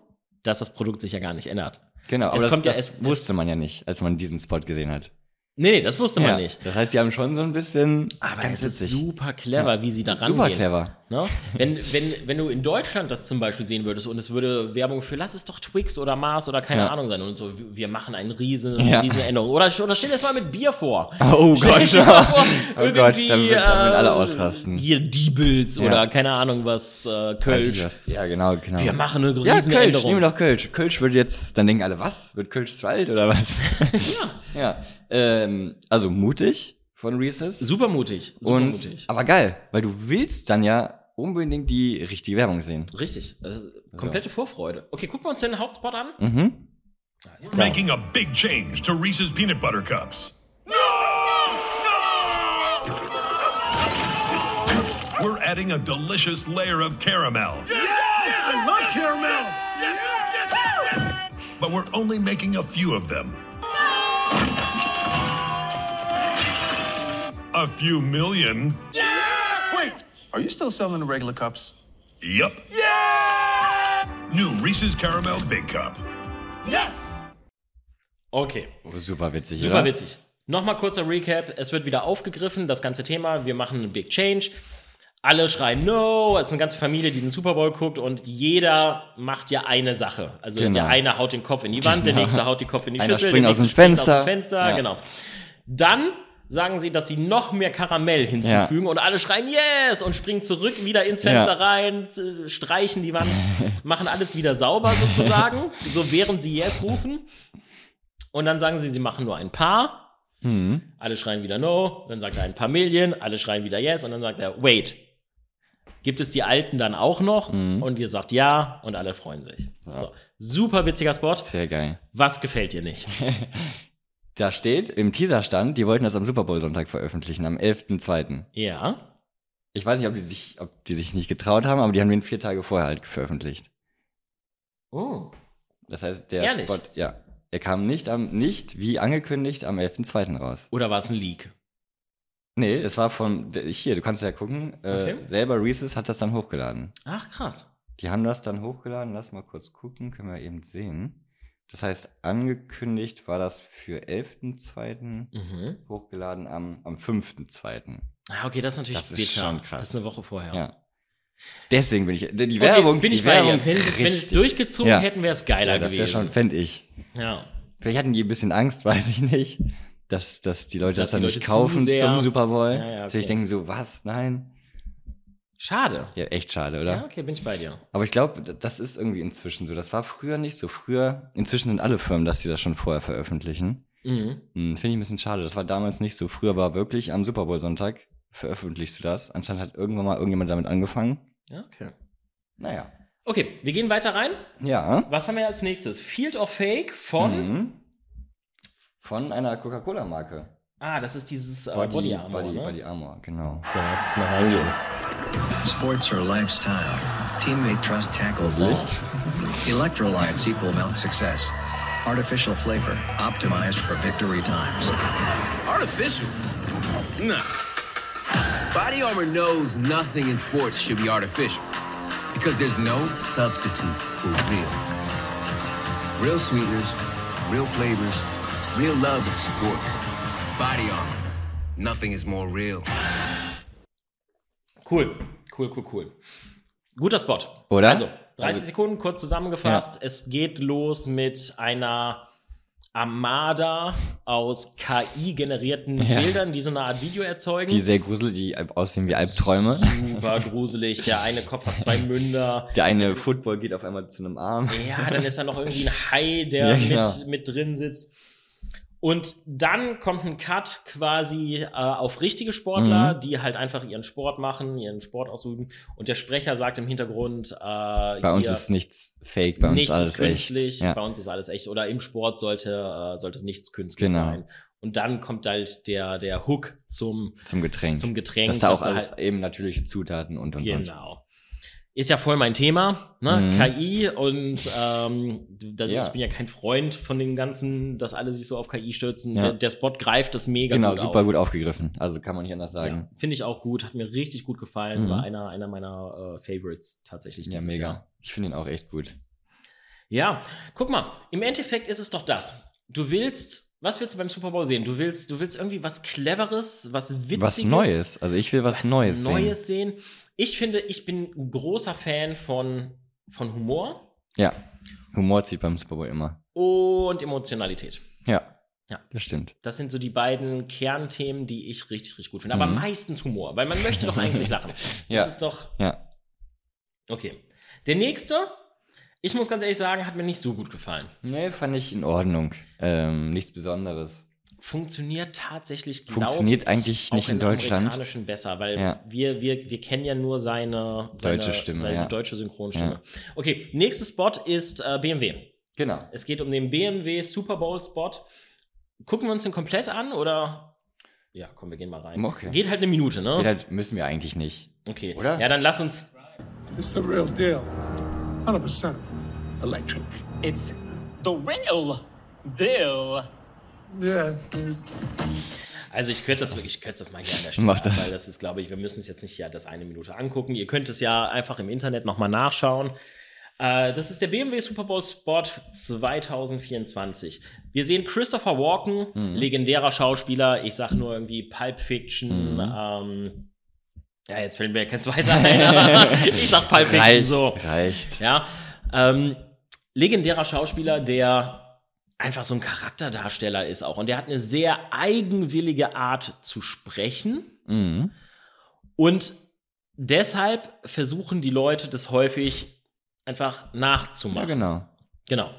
S1: dass das Produkt sich ja gar nicht ändert.
S2: Genau, aber
S1: Es
S2: das,
S1: kommt ja-
S2: das
S1: es-
S2: wusste man ja nicht, als man diesen Spot gesehen hat.
S1: Nee, nee, das wusste
S2: ja.
S1: man nicht.
S2: Das heißt, die haben schon so ein bisschen
S1: Aber
S2: ganz
S1: es ist
S2: witzig.
S1: super clever, wie sie da rangehen.
S2: super clever.
S1: Ne? Wenn, wenn, wenn du in Deutschland das zum Beispiel sehen würdest und es würde Werbung für, lass es doch Twix oder Mars oder keine
S2: Ja.
S1: Ahnung sein und so, wir machen eine riesen,
S2: Ja.
S1: riesen Änderung. Oder, oder stell dir das mal mit Bier vor.
S2: Oh
S1: Stell
S2: Gott.
S1: dir mal vor,
S2: Oh Gott,
S1: irgendwie, ähm,
S2: dann würden- dann würden alle ausrasten.
S1: Hier Diebels
S2: Ja.
S1: oder keine Ahnung was, äh,
S2: Weiß ich
S1: Kölsch.
S2: was. Ja, genau, genau.
S1: Wir machen eine
S2: ja,
S1: riesen
S2: Kölsch,
S1: Änderung.
S2: nehmen wir doch Kölsch. Kölsch würde jetzt, dann denken alle, was? Wird Kölsch zu alt oder was? ja. ja. Ähm, also mutig von Reese's.
S1: Super mutig. Super
S2: und,
S1: mutig.
S2: aber geil, weil du willst dann ja unbedingt die richtige Werbung sehen.
S1: Richtig. Also, komplette Vorfreude. Okay, gucken wir uns den Hauptspot an.
S2: Mhm.
S6: We're making a big change to Reese's Peanut Butter Cups. No! We're adding a delicious layer of caramel.
S5: I love caramel.
S6: but we're only making a few of them. A few million?
S7: Are you still selling the regular cups?
S6: Yup. New Reese's Caramel Big Cup.
S1: Okay.
S2: Oh, Super witzig,
S1: Super
S2: oder?
S1: witzig. Nochmal kurzer Recap. Es wird wieder aufgegriffen, das ganze Thema. Wir machen einen Big Change. Alle schreien No. Es ist eine ganze Familie, die den Super Bowl guckt und jeder macht ja eine Sache. Also
S2: Genau.
S1: der eine haut den Kopf in die Wand, der nächste haut den Kopf in die
S2: Einer
S1: Schüssel,
S2: springt
S1: der
S2: aus
S1: nächste
S2: dem
S1: springt aus
S2: Fenster.
S1: dem Fenster.
S2: Ja.
S1: Genau. Dann sagen sie, dass sie noch mehr Karamell hinzufügen und alle schreien Yes und springen zurück wieder ins Fenster
S2: Ja.
S1: rein, z- streichen die Wand, machen alles wieder sauber sozusagen, so während sie Yes rufen. Und dann sagen sie, sie machen nur ein paar.
S2: Hm,
S1: Alle schreien wieder No. Dann sagt er ein paar Million. Alle schreien wieder Yes. Und dann sagt er, wait. Gibt es die Alten dann auch noch?
S2: Mhm.
S1: Und ihr sagt ja. Und alle freuen sich. So. Super witziger Spot.
S2: Sehr geil.
S1: Was gefällt dir nicht?
S2: Da steht, im Teaser stand, die wollten das am Super Bowl Sonntag veröffentlichen, am 11.2.
S1: Ja.
S2: Ich weiß nicht, ob die, sich, ob die sich nicht getraut haben, aber die haben den vier Tage vorher halt veröffentlicht.
S1: Oh.
S2: Das heißt, der
S1: Ehrlich?
S2: Spot, ja, er kam nicht am, nicht wie angekündigt am 11.2. raus.
S1: Oder war es ein Leak?
S2: Nee, es war von, hier, du kannst ja gucken, äh,
S1: Okay.
S2: selber Reese's hat das dann hochgeladen.
S1: Ach, krass.
S2: Die haben das dann hochgeladen, lass mal kurz gucken, können wir eben sehen. Das heißt, angekündigt war das für 11.2.
S1: Mhm.
S2: hochgeladen am, am 5.2.
S1: Ah, okay, das ist natürlich
S2: Das ist
S1: bitter.
S2: schon krass.
S1: Das ist eine Woche vorher.
S2: Ja. Deswegen bin ich, die
S1: Okay,
S2: Werbung,
S1: bin
S2: die
S1: ich bei dir.
S2: Werbung
S1: Wenn, es- wenn es
S2: richtig-
S1: durchgezogen
S2: Ja.
S1: hätten, wäre es geiler
S2: ja, das wäre
S1: gewesen.
S2: schon, fände ich.
S1: ja.
S2: Vielleicht hatten die ein bisschen Angst, weiß ich nicht, dass, dass die Leute
S1: Dass
S2: das dann
S1: die
S2: nicht
S1: Leute zu
S2: kaufen
S1: sehr-
S2: zum Super Bowl.
S1: Ja, ja, okay.
S2: Vielleicht denken so, was? Nein.
S1: Schade.
S2: Ja, echt schade, oder?
S1: Ja, okay, bin ich bei dir.
S2: Aber ich glaube, d- das ist irgendwie inzwischen so. Das war früher nicht so. Früher, inzwischen sind alle Firmen, dass sie das schon vorher veröffentlichen.
S1: Mhm.
S2: Hm, Finde ich ein bisschen schade. Das war damals nicht so. Früher war wirklich am Super Bowl Sonntag veröffentlichst du das. Anscheinend hat irgendwann mal irgendjemand damit angefangen.
S1: Ja, okay.
S2: Naja.
S1: Okay, wir gehen weiter rein.
S2: Ja.
S1: Was haben wir als nächstes? Field of Fake von.
S2: Mhm. Von einer Coca-Cola-Marke.
S1: Ah, das ist dieses äh, Body,
S2: Body,
S1: Body Armor.
S2: Body,
S1: ne?
S2: Body Armor, genau.
S8: lass uns mal reingehen.
S9: Sports or lifestyle. Teammate trust tackle ball. Electrolytes equal mouth success. Artificial flavor optimized for victory times.
S10: Artificial? Nah. Body Armor knows nothing in sports should be artificial because there's no substitute for real. Real sweeteners, real flavors, real love of sport. Body Armor. Nothing is more real.
S1: Cool, cool, cool, cool. Guter Spot.
S2: Oder?
S1: Also, 30 Sekunden, kurz zusammengefasst. Es geht los mit einer Armada aus KI-generierten Bildern, die so eine Art Video erzeugen.
S2: Die sehr gruselig, die äh, aussehen wie Albträume.
S1: Super gruselig. Der eine Kopf hat zwei Münder.
S2: Der eine Football geht auf einmal zu einem Arm.
S1: Ja, dann ist da noch irgendwie ein Hai, der
S2: Ja, genau.
S1: mit, mit drin sitzt. Und dann kommt ein Cut quasi äh, auf richtige
S2: Mhm.
S1: Sportler, die halt einfach ihren Sport machen, ihren Sport ausüben. Und der Sprecher sagt im Hintergrund, äh,
S2: Bei uns ist nichts fake, bei uns
S1: nichts
S2: alles
S1: ist künstlich,
S2: echt. Ja.
S1: bei uns ist alles echt. Oder im Sport sollte, äh, sollte nichts künstlich
S2: Genau.
S1: sein. Und dann kommt halt der, der Hook zum,
S2: Zum Getränk.
S1: zum Getränk.
S2: dass da auch
S1: da
S2: alles
S1: halt-
S2: eben natürliche Zutaten und und und.
S1: Genau. Ist ja voll mein Thema, ne?
S2: Mhm.
S1: KI und ähm, das,
S2: Ja.
S1: ich bin ja kein Freund von dem Ganzen, dass alle sich so auf KI stürzen.
S2: Ja.
S1: Der, der Spot greift das mega
S2: Genau,
S1: gut
S2: super
S1: auf.
S2: gut aufgegriffen. Also kann man nicht anders
S1: Ja,
S2: sagen.
S1: Finde ich auch gut, hat mir richtig gut gefallen.
S2: Mhm.
S1: War einer, einer meiner äh, Favorites tatsächlich
S2: Ja,
S1: dieses
S2: mega.
S1: Jahr.
S2: Ich finde ihn auch echt gut.
S1: Ja, guck mal, im Endeffekt ist es doch das. Du willst, was willst du beim Super Bowl sehen? Du willst, du willst irgendwie was Cleveres, was Witziges.
S2: Was Neues. Also ich will was, Neues, sehen.
S1: Neues sehen. Ich finde, ich bin ein großer Fan von, von Humor
S2: Ja. Humor zieht beim Super Bowl immer.
S1: und Emotionalität.
S2: Ja.
S1: Ja.
S2: Das stimmt.
S1: Das sind so die beiden Kernthemen, die ich richtig, richtig gut finde. Aber
S2: Mhm.
S1: meistens Humor, weil man möchte doch eigentlich lachen.
S2: Ja.
S1: Das ist doch,
S2: Ja.
S1: okay. Der nächste, ich muss ganz ehrlich sagen, hat mir nicht so gut gefallen.
S2: Nee, fand ich in Ordnung. Ähm, nichts Besonderes.
S1: funktioniert tatsächlich glaub
S2: Funktioniert
S1: ich,
S2: eigentlich
S1: auch
S2: nicht in
S1: im
S2: Deutschland.
S1: Amerikanischen besser, weil
S2: Ja.
S1: wir, wir, wir kennen ja nur seine, seine
S2: Deutsche Stimme,
S1: seine
S2: ja.
S1: deutsche Synchronstimme. Okay, nächster Spot ist äh, BMW.
S2: Genau.
S1: Es geht um den BMW Super Bowl Spot. Gucken wir uns den komplett an oder? Ja, komm, wir gehen mal rein.
S2: Okay.
S1: Geht halt eine Minute, ne?
S2: Ja, das müssen wir eigentlich nicht.
S1: okay.
S2: oder?
S1: Ja, dann lass uns.
S5: It's the real deal. 100% electric.
S8: It's the real deal.
S5: Yeah.
S1: Also ich kürze das wirklich, ich kürze das mal hier an der Stelle.
S2: Mach
S1: ab,
S2: das.
S1: Weil das ist, glaube ich, wir müssen es jetzt nicht ja das eine Minute angucken. Ihr könnt es ja einfach im Internet nochmal nachschauen. Äh, das ist der BMW Super Bowl Spot 2024. Wir sehen Christopher Walken,
S2: Hm.
S1: legendärer Schauspieler. Ich sag nur irgendwie Pulp Fiction.
S2: Hm.
S1: Ähm, ja, jetzt fällt mir kein zweiter ein. ich sag Pulp Fiction
S2: Reicht.
S1: so.
S2: Reicht.
S1: Ja, ähm, legendärer Schauspieler, der einfach so ein Charakterdarsteller ist auch. Und der hat eine sehr eigenwillige Art zu sprechen.
S2: Mhm.
S1: Und deshalb versuchen die Leute das häufig einfach
S2: Ja,
S1: nachzumachen.
S2: genau.
S1: Genau.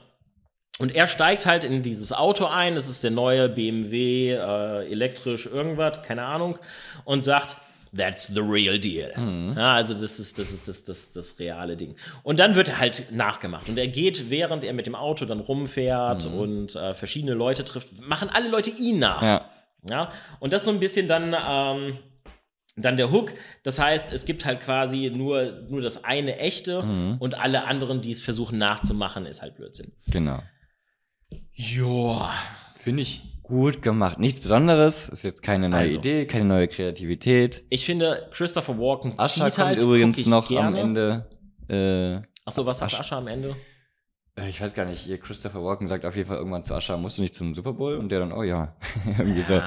S1: Und er steigt halt in dieses Auto ein, das ist der neue BMW, äh, elektrisch irgendwas, keine Ahnung, und sagt, that's the real deal. Ja, also das ist, das ist das, das, das reale Ding. Und dann wird er halt nachgemacht. Und er geht, während er mit dem Auto dann rumfährt und äh, verschiedene Leute trifft, machen alle Leute ihn nach.
S2: Ja.
S1: Ja, und das ist so ein bisschen dann, ähm, dann der Hook. Das heißt, es gibt halt quasi nur, nur das eine echte
S2: Mhm.
S1: und alle anderen, die es versuchen nachzumachen, ist halt Blödsinn.
S2: Genau.
S1: Joa.
S2: Finde ich gut gemacht. Nichts Besonderes. Ist jetzt keine neue
S1: Also.
S2: Idee, keine neue Kreativität.
S1: Ich finde, Christopher Walken
S2: Ascha
S1: zieht
S2: kommt
S1: halt, guck
S2: übrigens
S1: ich
S2: noch am
S1: gerne.
S2: Ende. Äh,
S1: Achso, was sagt Ascha am Ende?
S2: äh, ich weiß gar nicht, hier Christopher Walken sagt auf jeden Fall irgendwann zu Ascha, musst du nicht zum Super Bowl? Und der dann, oh ja. Irgendwie so.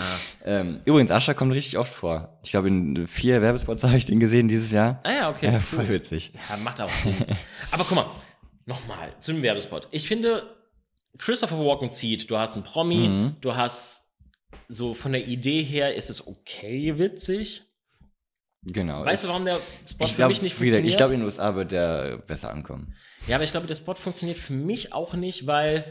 S2: Ähm, übrigens, Ascha kommt richtig oft vor. Ich glaube, in vier Werbespots habe ich den gesehen dieses Jahr.
S1: Ah ja, okay.
S2: Ja, voll witzig.
S1: Ja, macht auch Sinn. Aber guck mal, nochmal zum Werbespot. Ich finde, Christopher Walken zieht. Du hast einen Promi,
S2: Mhm.
S1: du hast so von der Idee her ist es okay witzig.
S2: Genau.
S1: Weißt du,
S2: Es-
S1: warum der Spot
S2: ich
S1: für
S2: glaub,
S1: mich nicht
S2: wieder,
S1: funktioniert?
S2: Ich glaube, in den USA wird der besser ankommen.
S1: ja, aber ich glaube, der Spot funktioniert für mich auch nicht, weil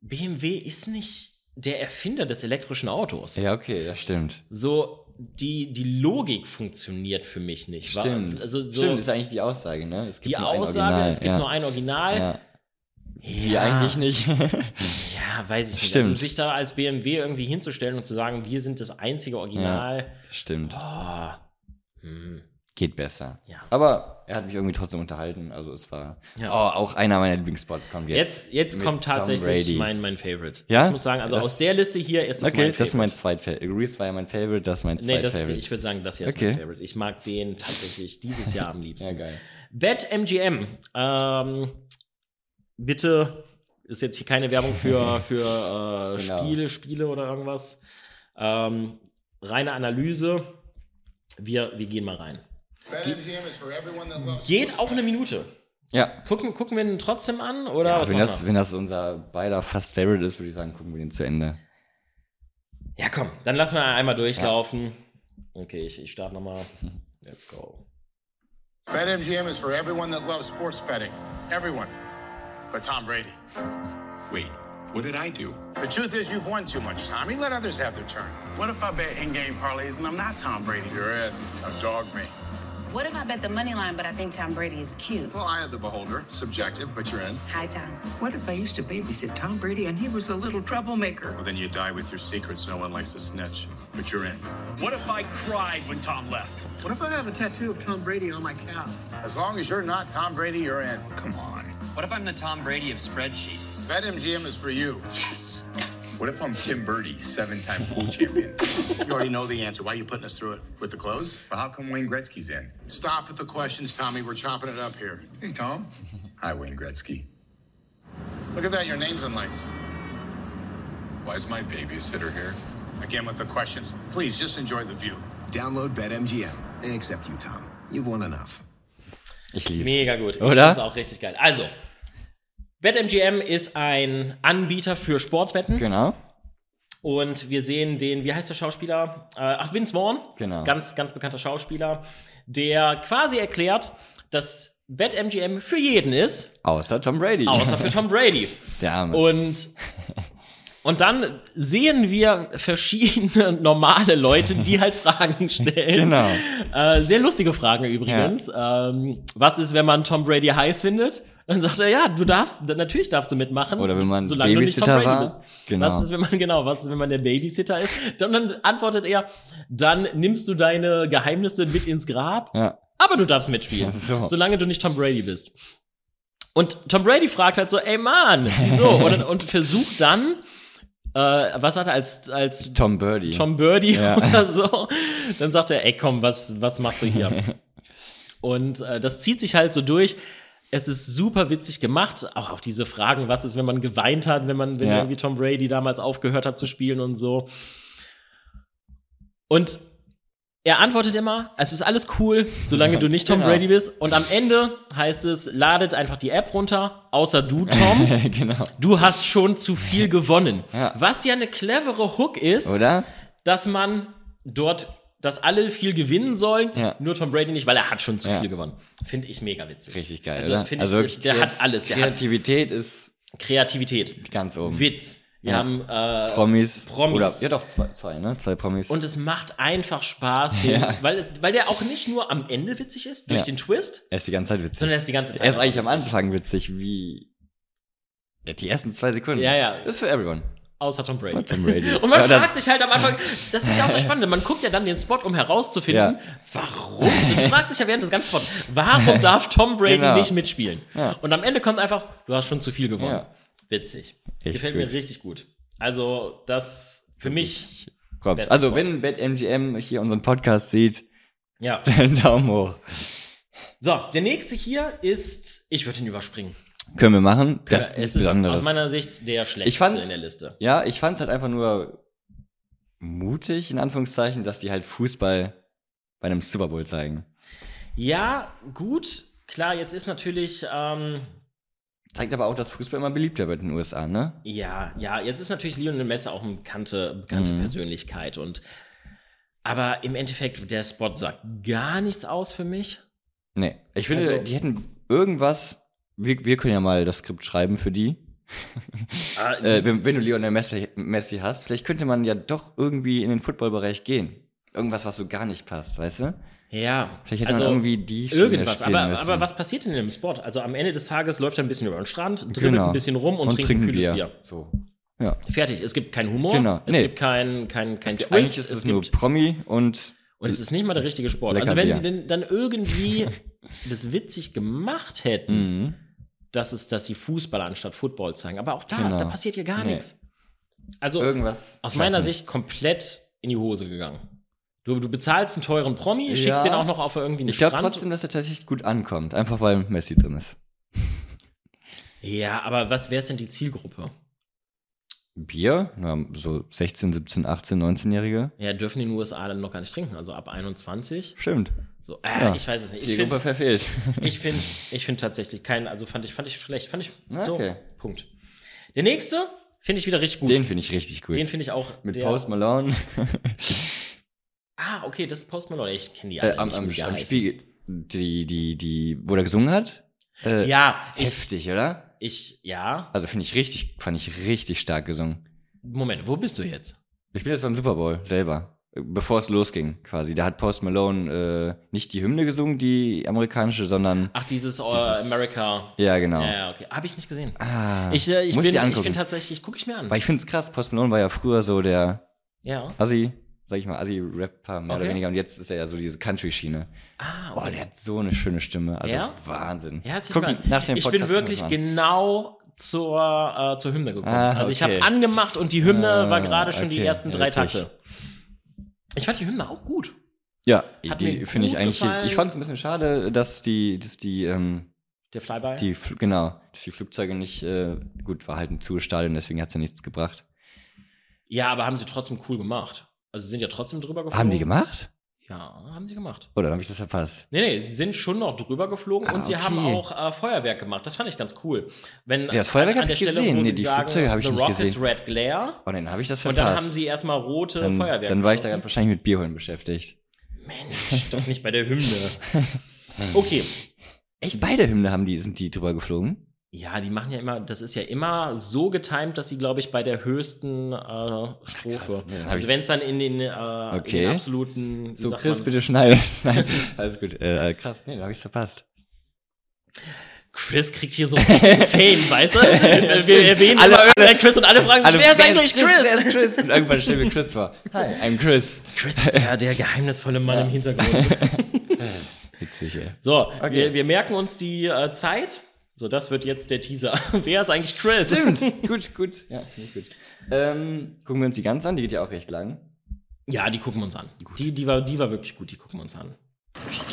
S1: BMW ist nicht der Erfinder des elektrischen Autos.
S2: Ja, okay, das stimmt.
S1: So, die, die Logik funktioniert für mich nicht. wa?
S2: Stimmt.
S1: Also, so
S2: Stimmt, ist eigentlich die Aussage, ne? Es gibt
S1: die
S2: nur ein
S1: Aussage,
S2: Original,
S1: es gibt
S2: ja.
S1: nur ein Original.
S2: Ja.
S1: Ja,
S2: Die eigentlich nicht.
S1: Ja, weiß ich nicht.
S2: Stimmt.
S1: Also sich da als BMW irgendwie hinzustellen und zu sagen, wir sind das einzige Original.
S2: Stimmt.
S1: Boah. Hm.
S2: Geht besser.
S1: Ja.
S2: Aber er hat mich irgendwie trotzdem unterhalten. Also es war
S1: Ja.
S2: oh, auch einer meiner Lieblingsspots kommt jetzt.
S1: Jetzt, jetzt
S2: Mit
S1: kommt
S2: Tom
S1: tatsächlich
S2: Brady.
S1: mein, mein Favorite.
S2: Ja?
S1: Ich muss sagen, also
S2: Das-
S1: aus der Liste hier ist es
S2: okay,
S1: mein Favorite.
S2: das ist mein zweitfavorite. Reese war ja mein Favorite, das ist mein
S1: Nee, das,
S2: zweitfavorite.
S1: ist- ich würde sagen, das hier ist
S2: Okay.
S1: mein Favorite. Ich mag den tatsächlich dieses Jahr am liebsten.
S2: ja, geil.
S1: BetMGM. Ähm, bitte ist jetzt hier keine Werbung für, für äh,
S2: Genau.
S1: Spiele, Spiele oder irgendwas. Ähm, reine Analyse. Wir, wir gehen mal rein. Geht auch eine Minute.
S2: Ja.
S1: Gucken, gucken wir ihn trotzdem an oder was
S2: wenn,
S1: machen
S2: das,
S1: wir?
S2: wenn das unser beider fast Favorite ist, würde ich sagen, gucken wir den zu Ende.
S1: Ja, komm, dann lassen wir einmal durchlaufen. Okay, ich, ich starte nochmal. Let's go.
S11: BetMGM is for everyone that loves sports betting. Everyone. But Tom Brady.
S12: Wait, what did I do?
S11: The truth is, you've won too much, Tommy. Let others have their turn.
S7: What if I bet in-game parlays and I'm not Tom Brady?
S11: You're it. Now dog me.
S13: What if I bet the money line, but I think Tom Brady is cute?
S11: Well, eye of the beholder. Subjective, but you're in.
S13: Hi, Tom.
S14: What if I used to babysit Tom Brady and he was a little troublemaker?
S11: Well, then you die with your secrets. No one likes a snitch, but you're in.
S7: What if I cried when Tom left?
S11: What if I have a tattoo of Tom Brady on my calf? As long as you're not Tom Brady, you're in. Come on.
S8: What if I'm the Tom Brady of spreadsheets?
S11: BetMGM is for you.
S8: Yes.
S11: What if I'm Tim Birdie, seven-time pool champion? you already know the answer. Why are you putting us through it? With the clothes?
S12: Well, how come Wayne Gretzky's in?
S11: Stop with the questions, Tommy. We're chopping it up here.
S12: Hey, Tom. Hi, Wayne Gretzky.
S11: Look at that, your name's in lights.
S12: Why's my babysitter here?
S11: Again with the questions. Please, just enjoy the view.
S15: Download BetMGM and accept you, Tom. You've won enough.
S2: Ich lieb's.
S1: Mega gut. Ich
S2: Oder?
S1: find's auch richtig geil. Also, BetMGM ist ein Anbieter für Sportwetten.
S2: Genau.
S1: Und wir sehen den, wie heißt der Schauspieler? Äh, ach, Vince Vaughn.
S2: Genau.
S1: Ganz, ganz bekannter Schauspieler, der quasi erklärt, dass BetMGM für jeden ist,
S2: Außer Tom Brady.
S1: außer für Tom Brady.
S2: Der Arme.
S1: Und, und dann sehen wir verschiedene normale Leute, die halt Fragen stellen.
S2: Genau.
S1: Äh, sehr lustige Fragen übrigens. Ähm, was ist, wenn man Tom Brady heiß findet? Dann sagt er, ja, du darfst, natürlich darfst du mitmachen.
S2: Oder wenn man
S1: solange du
S2: Babysitter
S1: nicht Tom Brady
S2: war.
S1: bist.
S2: Genau.
S1: Was ist, wenn man, genau, was ist, wenn man der Babysitter ist? Dann, dann antwortet er, dann nimmst du deine Geheimnisse mit ins Grab.
S2: Ja.
S1: Aber du darfst mitspielen,
S2: So.
S1: solange du nicht Tom Brady bist. Und Tom Brady fragt halt so, ey Mann, wieso? Und, und versucht dann, äh, was hat er als, als
S2: Tom Birdie.
S1: Tom Birdie
S2: Ja.
S1: oder so, dann sagt er, ey komm, was, was machst du hier? und äh, das zieht sich halt so durch. Es ist super witzig gemacht, auch, auch diese Fragen, was ist, wenn man geweint hat, wenn man, wenn
S2: Ja.
S1: irgendwie Tom Brady damals aufgehört hat zu spielen und so. Und er antwortet immer, es ist alles cool, solange du nicht Tom
S2: Genau.
S1: Brady bist. Und am Ende heißt es, ladet einfach die App runter, außer du, Tom.
S2: genau.
S1: Du hast schon zu viel gewonnen.
S2: Ja.
S1: Was ja eine clevere Hook ist,
S2: Oder?
S1: dass man dort, dass alle viel gewinnen sollen,
S2: Ja.
S1: nur Tom Brady nicht, weil er hat schon zu
S2: Ja.
S1: viel gewonnen. Finde ich mega witzig.
S2: Richtig geil.
S1: Also,
S2: oder?
S1: finde ich, ist, der hat alles. Der hat
S2: Kreativität ist
S1: Kreativität,
S2: ganz oben.
S1: Witz. Wir
S2: Ja.
S1: haben äh,
S2: Promis.
S1: Promis.
S2: Oder, ja doch, zwei, zwei, ne? Zwei Promis.
S1: Und es macht einfach Spaß, den,
S2: Ja.
S1: weil, weil der auch nicht nur am Ende witzig ist, durch
S2: Ja.
S1: den Twist,
S2: er ist die ganze Zeit witzig.
S1: sondern er ist die ganze Zeit.
S2: Er ist eigentlich am
S1: witzig.
S2: Anfang witzig, wie ja, die ersten zwei Sekunden.
S1: Ja, ja.
S2: Das ist für everyone.
S1: Außer Tom Brady.
S2: Tom Brady.
S1: Und man
S2: Ja, das-
S1: fragt sich halt am Anfang, das ist ja auch das Spannende, man guckt ja dann den Spot, um herauszufinden,
S2: Ja.
S1: warum, man fragt sich ja während des ganzen Spots, warum darf Tom Brady
S2: Genau.
S1: nicht mitspielen?
S2: Ja.
S1: Und am Ende kommt einfach, du hast schon zu viel gewonnen.
S2: Ja.
S1: Witzig.
S2: Echt
S1: Gefällt mir
S2: gut.
S1: richtig gut. Also, das für mich,
S2: Props.
S1: Best
S2: Also,
S1: Spot.
S2: wenn BetMGM hier unseren Podcast sieht,
S1: ja.
S2: dann Daumen hoch.
S1: So, der nächste hier ist, ich würde ihn überspringen. Äh,
S2: Können wir machen. Das
S1: es
S2: ist
S1: ist
S2: besonders.
S1: aus meiner Sicht der
S2: ich
S1: schlechteste
S2: fand's,
S1: in der Liste.
S2: Ja, ich fand's halt einfach nur mutig, in Anführungszeichen, dass die halt Fußball bei einem Super Bowl zeigen.
S1: Ja, gut, klar, jetzt ist natürlich, ähm,
S2: Zeigt aber auch, dass Fußball immer beliebter wird in den USA, ne?
S1: Ja, ja, jetzt ist natürlich Lionel Messi auch eine bekannte, bekannte
S2: Mhm.
S1: Persönlichkeit und aber im Endeffekt, der Spot sagt gar nichts aus für mich.
S2: Nee. Ich finde,
S1: Also-
S2: die hätten irgendwas. Wir, wir können ja mal das Skript schreiben für die.
S1: Ah,
S2: Äh, wenn, wenn du Lionel Messi, Messi hast, vielleicht könnte man ja doch irgendwie in den Footballbereich gehen. Irgendwas, was so gar nicht passt, weißt du?
S1: ja. Also,
S2: Vielleicht hätte man irgendwie die Schiene
S1: irgendwas,
S2: spielen
S1: aber,
S2: müssen.
S1: aber was passiert denn im Spot? Also am Ende des Tages läuft er ein bisschen über den Strand, dribbelt
S2: Genau.
S1: ein bisschen rum und,
S2: Und
S1: trinkt ein
S2: trinken
S1: kühles Bier.
S2: Bier. So. Ja.
S1: Fertig. Es gibt keinen Humor,
S2: Genau.
S1: es
S2: Nee.
S1: gibt keinen kein, kein Twist.
S2: Eigentlich ist es, nur
S1: gibt,
S2: Promi und.
S1: und es ist nicht mal der richtige Sport.
S2: Lecker
S1: also wenn
S2: Bier.
S1: sie denn dann irgendwie das witzig gemacht hätten,
S2: Mhm.
S1: dass, es, dass sie Fußball anstatt Football zeigen. Aber auch da,
S2: Genau.
S1: da passiert ja gar
S2: Nee. Äh,
S1: nichts. Also
S2: Irgendwas.
S1: aus
S2: ich
S1: meiner
S2: weiß nicht.
S1: Sicht komplett in die Hose gegangen. Du, du bezahlst einen teuren Promi, schickst
S2: Ja.
S1: den auch noch auf irgendwie einen
S2: Ich glaube
S1: Strand.
S2: trotzdem, dass er tatsächlich gut ankommt. Einfach weil Messi drin ist.
S1: ja, aber was wäre denn die Zielgruppe?
S2: Bier, na, so 16, 17, 18, 19-Jährige.
S1: Ja, dürfen die in den USA dann noch gar nicht trinken, also ab 21.
S2: Stimmt.
S1: So, äh,
S2: Ja.
S1: ich weiß es nicht. Ich
S2: Zielgruppe
S1: find-
S2: verfehlt.
S1: Ich finde ich find tatsächlich keinen, also fand ich, fand ich schlecht. Fand ich
S2: Na,
S1: so,
S2: okay.
S1: Punkt. Der nächste finde ich wieder richtig gut.
S2: Den finde ich richtig gut.
S1: Den finde ich auch.
S2: Mit
S1: der-
S2: Post Malone.
S1: Ah, okay, das ist Post Malone. Ich kenne die alle
S2: äh, am
S1: nicht,
S2: am,
S1: wie die
S2: am
S1: heißen.
S2: Spiegel. Die, die, die, wo der gesungen hat. Äh,
S1: Ja, ich-
S2: Heftig, oder?
S1: Ich, ja.
S2: Also finde ich richtig, fand ich richtig stark gesungen.
S1: Moment, wo bist du jetzt?
S2: Ich bin jetzt beim Super Bowl selber. Bevor es losging, quasi. Da hat Post Malone äh, nicht die Hymne gesungen, die amerikanische, sondern.
S1: Ach, dieses, äh,
S2: Dieses-
S1: America.
S2: Ja, genau.
S1: Ja, ja, okay. Habe ich nicht gesehen.
S2: Ah,
S1: ich, äh, ich,
S2: musst
S1: bin,
S2: dir
S1: ich
S2: angucken.
S1: bin tatsächlich, gucke ich mir an.
S2: Weil ich finde es krass, Post Malone war ja früher so der
S1: Ja.
S2: Assi, sag ich mal, Assi-Rapper mehr
S1: Okay.
S2: oder weniger. Und jetzt ist er ja so diese Country-Schiene.
S1: Ah,
S2: Boah, der hat so eine schöne Stimme. Also
S1: Ja?
S2: Wahnsinn.
S1: Herzlich
S2: Gucken,
S1: willkommen.
S2: nach dem
S1: ich
S2: Podcast
S1: bin wirklich
S2: gucken wir mal.
S1: genau zur, äh, zur Hymne gekommen.
S2: Ah,
S1: Also ich
S2: okay.
S1: habe angemacht und die Hymne
S2: Ah,
S1: war gerade schon die
S2: okay,
S1: ersten drei
S2: richtig.
S1: Takte. Ich fand die Hymne auch gut.
S2: Ja,
S1: Hat mir
S2: die finde ich
S1: gut
S2: eigentlich.
S1: gefallen.
S2: Ich fand es ein bisschen schade, dass die, dass die, ähm,
S1: Der Flyby?
S2: die Fl- genau, dass die Flugzeuge nicht äh, gut war halt ein Zustadion, deswegen hat es ja nichts gebracht.
S1: Ja, aber haben sie trotzdem cool gemacht. Also sie sind ja trotzdem drüber geflogen.
S2: Haben die gemacht?
S1: Ja, haben sie gemacht.
S2: Oder habe ich das verpasst?
S1: Nee, nee, sie sind schon noch drüber geflogen
S2: Ah,
S1: und sie
S2: okay.
S1: haben auch äh, Feuerwerk gemacht. Das fand ich ganz cool. Wenn,
S2: Ja, das Feuerwerk
S1: an-
S2: hab
S1: an
S2: ich
S1: der Stelle,
S2: gesehen.
S1: wo
S2: Nee,
S1: sie
S2: die
S1: sagen,
S2: Flugzeuge hab ich
S1: The
S2: nicht
S1: Rockets
S2: gesehen.
S1: Red Glare.
S2: Oh nein, habe ich das
S1: Und
S2: verpasst.
S1: dann haben sie erstmal rote
S2: dann,
S1: Feuerwerk
S2: Dann war ich da
S1: geschossen.
S2: grad wahrscheinlich mit Bier holen beschäftigt.
S1: Mensch, doch nicht bei der Hymne. Okay.
S2: Echt, beide Hymne haben die, sind die drüber geflogen?
S1: Ja, die machen ja immer, das ist ja immer so getimt, dass sie, glaube ich, bei der höchsten äh, Strophe.
S2: nee, dann hab
S1: also
S2: ich's-
S1: wenn es dann in den, äh, in
S2: Okay.
S1: den absoluten. wie
S2: So,
S1: sagt
S2: Chris,
S1: man-
S2: bitte schneiden. nein, alles gut. Äh, krass, nee, da habe ich verpasst.
S1: Chris kriegt hier so richtig Fame, weißt du? Wir wir erwähnen alle, immer irgendeinen Chris und alle fragen sich,
S2: alle-
S1: wer ist eigentlich Chris?
S2: Also, Wer ist Chris? Und irgendwann stellen wir Chris vor. Hi, I'm Chris.
S1: Chris ist ja der geheimnisvolle Mann im Hintergrund.
S2: Witzig, ey.
S1: So, wir, wir merken uns die äh, Zeit. So, das wird jetzt der Teaser. wer ist eigentlich Chris?
S2: Stimmt. gut, gut. Ja, finde ich gut. Ähm, gucken wir uns die ganz an, die geht ja auch recht lang.
S1: Ja, die gucken wir uns an. Die, die, war, die war wirklich gut, die gucken wir uns an.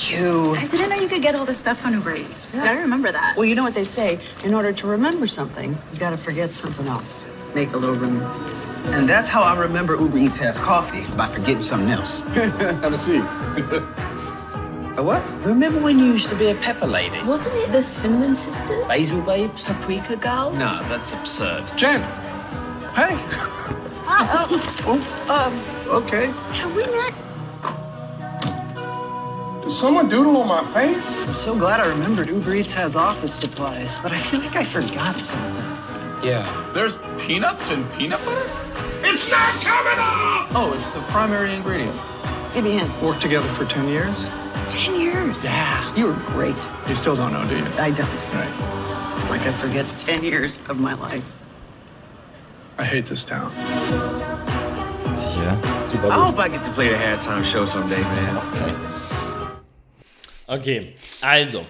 S16: You.
S14: I didn't know you could get all this stuff on Uber Eats.
S16: I don't remember that.
S14: Well, you know what they say. In order to remember something, you gotta forget something else. Make a little room.
S7: And that's how I remember Uber Eats has coffee by forgetting something else.
S15: Have a seat.
S7: A what?
S14: Remember when you used to be a pepper lady?
S16: Wasn't it the Cinnamon Sisters?
S14: Basil babes?
S16: Paprika Girls?
S7: No, that's absurd. Jen! Hey!
S16: Ah,
S7: Oh, um, okay.
S16: oh, have we met?
S7: Did someone doodle on my face? I'm so glad I remembered Uber Eats has office supplies, but I feel like I forgot something.
S10: Yeah. There's peanuts and peanut butter?
S7: It's not coming off! Oh, it's the primary ingredient. Give me a hint. Worked together for 10 years?
S14: 10 years.
S7: Yeah.
S14: You were great.
S7: You still don't know, do you?
S14: I don't.
S7: Right.
S14: Like I forget 10 years of my life.
S7: I hate this town.
S2: Witzig, oder? Super
S10: I hope I get to play the halftime show someday, man.
S1: Okay, also,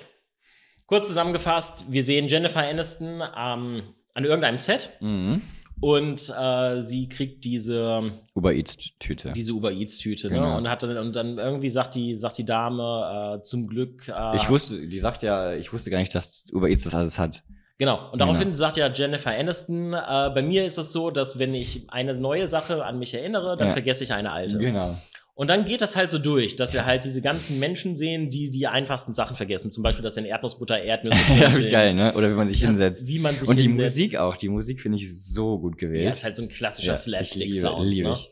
S1: kurz zusammengefasst, wir sehen Jennifer Aniston ähm, an irgendeinem Set
S2: Mhm.
S1: und äh, sie kriegt diese,
S2: Uber Eats-Tüte.
S1: diese Uber Eats-Tüte ne?
S2: Genau.
S1: und, hat dann, und dann irgendwie sagt die, sagt die Dame äh, zum Glück. Äh,
S2: Ich wusste, die sagt ja, ich wusste gar nicht, dass Uber Eats das alles hat.
S1: Genau, und daraufhin sagt ja Jennifer Aniston, äh, bei mir ist es so, dass wenn ich eine neue Sache an mich erinnere, dann
S2: Ja.
S1: vergesse ich eine alte.
S2: Genau.
S1: Und dann geht das halt so durch, dass wir halt diese ganzen Menschen sehen, die die einfachsten Sachen vergessen. Zum Beispiel, dass in Erdnussbutter Erdnüsse drin
S2: Ja, wie
S1: sind.
S2: geil, ne? Oder wenn man sich
S1: Das-
S2: hinsetzt.
S1: wie man sich
S2: Und die
S1: hinsetzt.
S2: Musik auch. Die Musik finde ich so gut gewählt.
S1: Ja, ist halt so ein klassischer
S2: Ja, ich
S1: Slapstick-Sound.
S2: Liebe, liebe
S1: ne?
S2: ich.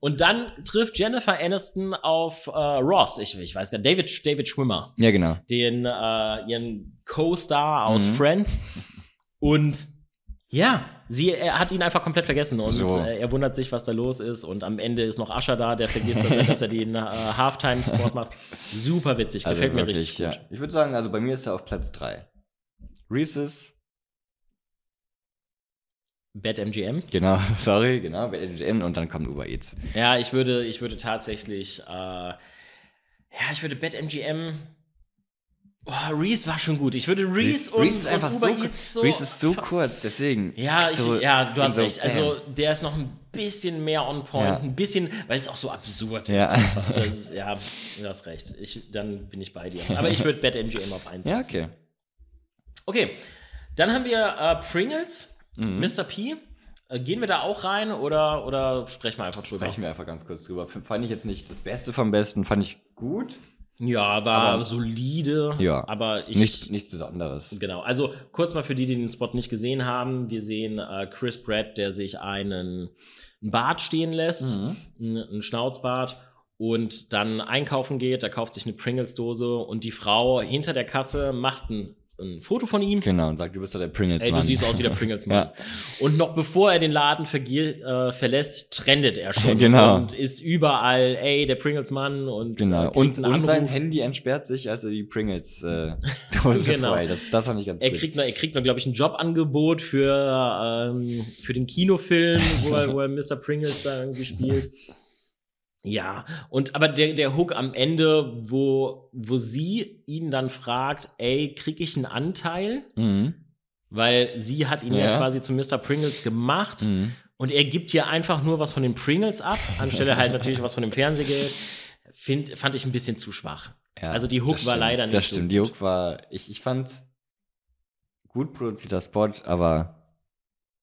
S1: Und dann trifft Jennifer Aniston auf äh, Ross, ich, ich weiß gar nicht, David, David Schwimmer,
S2: Ja, genau.
S1: den äh, ihren Co-Star aus
S2: Mhm.
S1: Friends. Und ja, sie er hat ihn einfach komplett vergessen und
S2: So.
S1: äh, er wundert sich, was da los ist. Und am Ende ist noch Ascher da, der vergisst, dass er, dass er den äh, Halftime-Sport macht. Super witzig,
S2: Also
S1: gefällt mir
S2: wirklich,
S1: richtig
S2: ja.
S1: gut.
S2: Ich würde sagen, also bei mir ist er auf Platz 3. Reese's.
S1: Bad MGM.
S2: Genau, sorry, genau, bei NGN und dann kommt Uber Eats.
S1: Ja, ich würde, ich würde tatsächlich, äh, ja, ich würde BetMGM. Oh, Reese war schon gut. Ich würde Reese, und,
S2: Reese ist
S1: und
S2: einfach
S1: Uber
S2: so,
S1: Eats so.
S2: Reese ist so kurz, deswegen.
S1: ja, ich,
S2: so
S1: ja, du hast
S2: so
S1: recht. Also der ist noch ein bisschen mehr on point,
S2: Ja.
S1: ein bisschen, weil es auch so absurd ist.
S2: Ja.
S1: einfach. Also Das ist. Ja, du hast recht. Ich, dann bin ich bei dir. Aber ich würde BetMGM auf
S2: bam.
S1: eins
S2: Ja,
S1: setzen.
S2: okay. Mhm.
S1: Okay, dann haben wir äh, Pringles, Mr. P. Äh, Gehen wir da auch rein oder, oder sprechen wir einfach drüber?
S2: Sprechen wir einfach ganz kurz drüber. F- Fand ich jetzt nicht das Beste vom Besten, fand ich gut.
S1: Ja, war
S2: Aber-
S1: solide.
S2: Ja.
S1: Aber ich.
S2: Nichts, nichts Besonderes.
S1: Genau. Also kurz mal für die, die den Spot nicht gesehen haben. Wir sehen äh, Chris Pratt, der sich einen, einen Bart stehen lässt,
S2: Mhm.
S1: einen, einen Schnauzbart und dann einkaufen geht. Er kauft sich eine Pringles-Dose und die Frau hinter der Kasse macht ein, ein Foto von ihm.
S2: Genau, und sagt, du bist doch der Pringles.
S1: Ey, du siehst aus wie der Pringles-Mann.
S2: Ja.
S1: Und noch bevor er den Laden vergier, äh, verlässt, trendet er schon.
S2: Genau.
S1: Und ist überall, ey, der Pringles-Mann und äh,
S2: Genau.
S1: kriegt
S2: Und,
S1: einen
S2: und sein
S1: Anruf.
S2: Handy entsperrt sich, als er die Pringles-Dose äh, Dose
S1: Genau.
S2: voll. Das, das fand ich ganz
S1: Er
S2: gut.
S1: kriegt, noch- er kriegt noch, glaube ich, ein Jobangebot für, ähm, für den Kinofilm, wo er, wo er Mr. Pringles da irgendwie spielt. Ja, und aber der, der Hook am Ende, wo, wo sie ihn dann fragt, ey, kriege ich einen Anteil?
S2: Mhm.
S1: Weil sie hat ihn ja,
S2: Ja.
S1: quasi zu Mr. Pringles gemacht
S2: Mhm.
S1: und er gibt hier einfach nur was von den Pringles ab, anstelle halt natürlich was von dem Fernsehgeld. Find, fand ich ein bisschen zu schwach.
S2: Ja,
S1: also die Hook
S2: das
S1: war
S2: stimmt,
S1: leider nicht
S2: Das
S1: so
S2: stimmt, die Hook war, ich, ich fand gut produzierter Spot, aber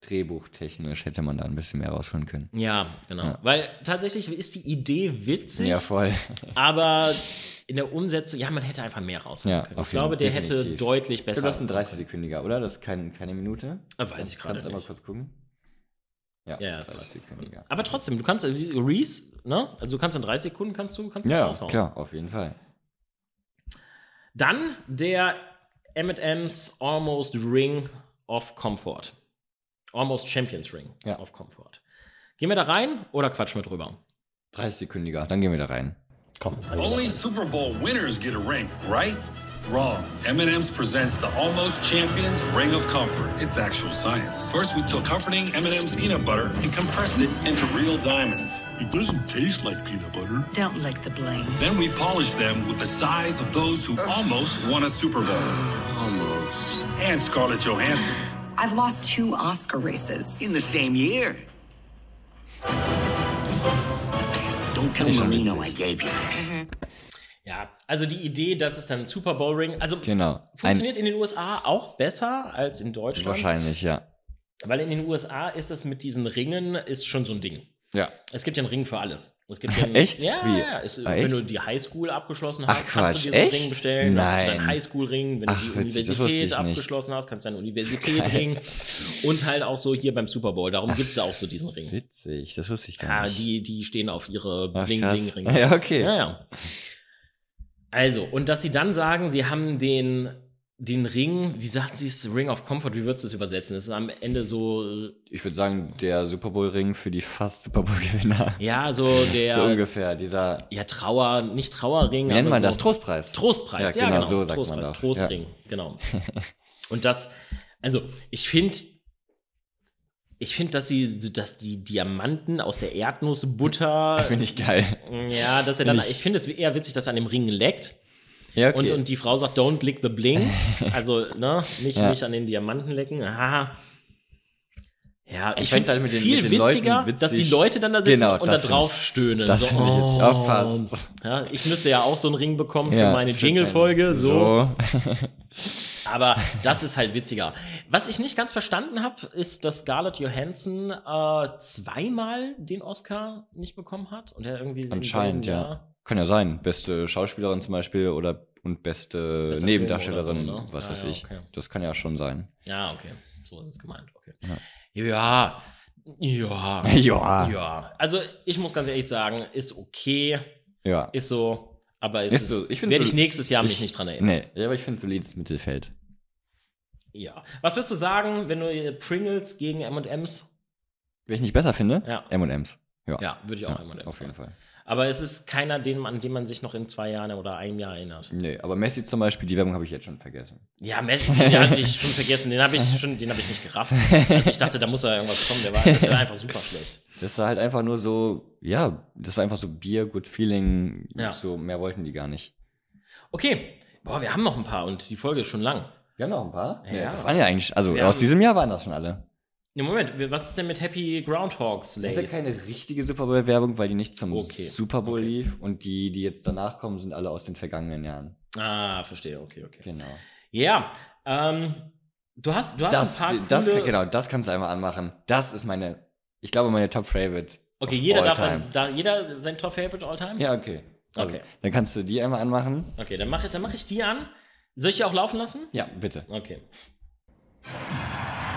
S2: drehbuchtechnisch hätte man da ein bisschen mehr rausholen können.
S1: Ja, genau.
S2: Ja.
S1: Weil tatsächlich ist die Idee witzig.
S2: Ja, voll.
S1: Aber in der Umsetzung, ja, man hätte einfach mehr rausholen
S2: Ja,
S1: können.
S2: auf
S1: Ich glaube,
S2: jeden-
S1: der hätte
S2: definitiv.
S1: deutlich
S2: Ich glaub,
S1: besser.
S2: Das ist ein 30-Sekündiger, oder? Das ist kein, keine Minute.
S1: Ah, weiß ich gerade
S2: Kannst du einmal
S1: nicht.
S2: kurz gucken?
S1: Ja, ja, ist
S2: 30 Sekündiger.
S1: Aber trotzdem, du kannst, Reese, ne? Also du kannst in 30 Sekunden kannst du, kannst du
S2: Ja,
S1: raushauen.
S2: klar, auf jeden Fall.
S1: Dann der M&M's Almost Ring of Comfort. Almost Champions Ring of Comfort. Gehen wir da rein oder quatschen wir drüber?
S2: 30-Sekündiger, dann gehen wir da rein.
S1: Komm,
S6: Only Super Bowl winners get a ring, right? Wrong. M&M's presents the Almost Champions Ring of Comfort. It's actual science. First, we took comforting M&M's peanut butter and compressed it into real diamonds. It doesn't taste like peanut butter.
S14: Don't lick the blame.
S6: Then we polished them with the size of those who almost won a Super Bowl. Almost. And Scarlett Johansson.
S17: I've lost two Oscar races in the same year.
S8: Don't tell
S1: Ist schon
S8: Marino I
S1: witzig.
S8: gave you this.
S1: Ja, also die Idee, dass es dann ein Super Bowl Ring, also
S2: Genau.
S1: funktioniert in den USA auch besser als in Deutschland.
S2: Wahrscheinlich, ja.
S1: Weil in den USA ist das mit diesen Ringen ist schon so ein Ding.
S2: Ja.
S1: Es gibt ja einen Ring für alles. Es gibt ja einen,
S2: Echt?
S1: Ja,
S2: Wie?
S1: ja. Es,
S2: Ah,
S1: wenn
S2: echt?
S1: du die Highschool abgeschlossen
S2: Ach,
S1: hast, kannst
S2: Quatsch.
S1: du dir so einen
S2: Echt?
S1: Ring bestellen. Dann Hast du deinen
S2: Nein.
S1: Highschool-Ring. Wenn
S2: Ach,
S1: du die
S2: witzig, das wusste ich
S1: Universität
S2: nicht.
S1: abgeschlossen hast, kannst du deinen Universität-Ring. Und halt auch so hier beim Super Bowl. Darum gibt es auch so diesen Ring.
S2: Witzig, das wusste ich gar
S1: Ja,
S2: nicht.
S1: die, die stehen auf ihre
S2: Ach, krass.
S1: Bling-Bling-Ringe.
S2: Ja, okay.
S1: Ja, ja. Also, und dass sie dann sagen, sie haben den, den Ring, wie sagt sie es, Ring of Comfort, wie würdest du es übersetzen? Das ist am Ende so,
S2: Ich würde sagen, der Super Bowl-Ring für die fast Super Bowl-Gewinner.
S1: ja, so der,
S2: So ungefähr, dieser.
S1: ja, Trauer, nicht Trauerring.
S2: Wie nennt
S1: aber
S2: man
S1: so,
S2: das? Trostpreis.
S1: Trostpreis, ja,
S2: Ja,
S1: genau.
S2: genau, so sagt man
S1: Trostpreis,
S2: doch.
S1: Trostring, genau. Und das, also, ich finde, ich finde, dass sie, dass die Diamanten aus der Erdnussbutter.
S2: Finde ich geil.
S1: Ja, dass er dann,
S2: Find
S1: ich, finde es eher witzig, dass er an dem Ring leckt.
S2: Ja, okay.
S1: und, und die Frau sagt, don't lick the bling. Also, ne, nicht,
S2: Ja.
S1: nicht an den Diamanten lecken. Aha. Ja,
S2: Ich
S1: ich,
S2: find's
S1: finde
S2: halt mit
S1: es
S2: den-
S1: viel
S2: mit den Leuten
S1: witziger, dass die
S2: witzig.
S1: Leute dann da sitzen
S2: Genau,
S1: und da
S2: das find ich-
S1: drauf stöhnen.
S2: das
S1: so, oh,
S2: find ich jetzt- ja, fast.
S1: Ja, ich müsste ja auch so einen Ring bekommen für
S2: Ja,
S1: meine
S2: oh. für
S1: Jingle-Folge.
S2: deine-
S1: So.
S2: so.
S1: Aber das ist halt witziger. Was ich nicht ganz verstanden habe, ist, dass Scarlett Johansson äh, zweimal den Oscar nicht bekommen hat. Und er irgendwie im
S2: Anscheinend,
S1: selben
S2: ja.
S1: Jahr-
S2: Kann ja sein. Beste Schauspielerin zum Beispiel oder und beste
S1: Bester
S2: Nebendarsteller,
S1: Film oder so,
S2: sondern
S1: ne?
S2: was
S1: Ja,
S2: weiß
S1: ja,
S2: ich.
S1: okay.
S2: Das kann ja schon sein.
S1: Ja, okay. So ist es gemeint. Okay.
S2: Ja.
S1: Ja. Ja.
S2: Ja.
S1: Ah, Ja. Also ich muss ganz ehrlich sagen, ist okay.
S2: Ja.
S1: Ist so. Aber es
S2: Ist
S1: ist,
S2: so, ich find
S1: werde
S2: so-
S1: ich nächstes Jahr mich
S2: ich-
S1: nicht dran erinnern.
S2: Nee, ja, aber ich finde solides Mittelfeld.
S1: Ja. Was würdest du sagen, wenn du hier Pringles gegen M&M's?
S2: Wenn ich nicht besser finde,
S1: Ja.
S2: M&M's. Ja,
S1: Ja, würde ich auch M&M's
S2: Auf jeden
S1: sagen.
S2: Fall.
S1: Aber es ist keiner, den, man- an den man sich noch in zwei Jahren oder einem Jahr erinnert.
S2: Nee, aber Messi zum Beispiel, die Werbung habe ich jetzt schon vergessen.
S1: Ja, Messi, den habe ich schon vergessen. Den habe ich schon, den habe ich nicht gerafft. Also ich dachte, da muss ja irgendwas kommen. Der war, das war einfach super schlecht.
S2: Das war halt einfach nur so, ja, das war einfach so Bier, Good Feeling,
S1: Ja.
S2: so mehr wollten die gar nicht.
S1: Okay. Boah, wir haben noch ein paar und die Folge ist schon lang.
S2: Wir haben noch ein paar? Nee,
S1: Ja.
S2: das waren ja eigentlich, also
S1: Wir
S2: aus
S1: haben-
S2: diesem Jahr waren das schon alle.
S1: Ne, Moment, wir- was ist denn mit Happy Groundhogs
S2: Das
S1: Lays?
S2: ist ja keine richtige Super Bowl-Werbung, weil die nicht zum
S1: Okay.
S2: Super Bowl lief und die, die jetzt danach kommen, sind alle aus den vergangenen Jahren.
S1: Ah, verstehe, okay, okay.
S2: Genau.
S1: Ja, ähm, Du hast, du hast
S2: das,
S1: ein paar
S2: das,
S1: coole-
S2: Genau, das kannst du einmal anmachen. Das ist meine, ich glaube, meine Top-Favorite.
S1: Okay,
S2: of
S1: jeder
S2: all
S1: darf
S2: time.
S1: sein, da, jeder sein Top-Favorite all time?
S2: Ja, okay. Also,
S1: Okay.
S2: Dann kannst du die einmal anmachen.
S1: Okay, dann mache dann mach ich die an. Soll ich die auch laufen lassen?
S2: Ja, bitte.
S1: Okay.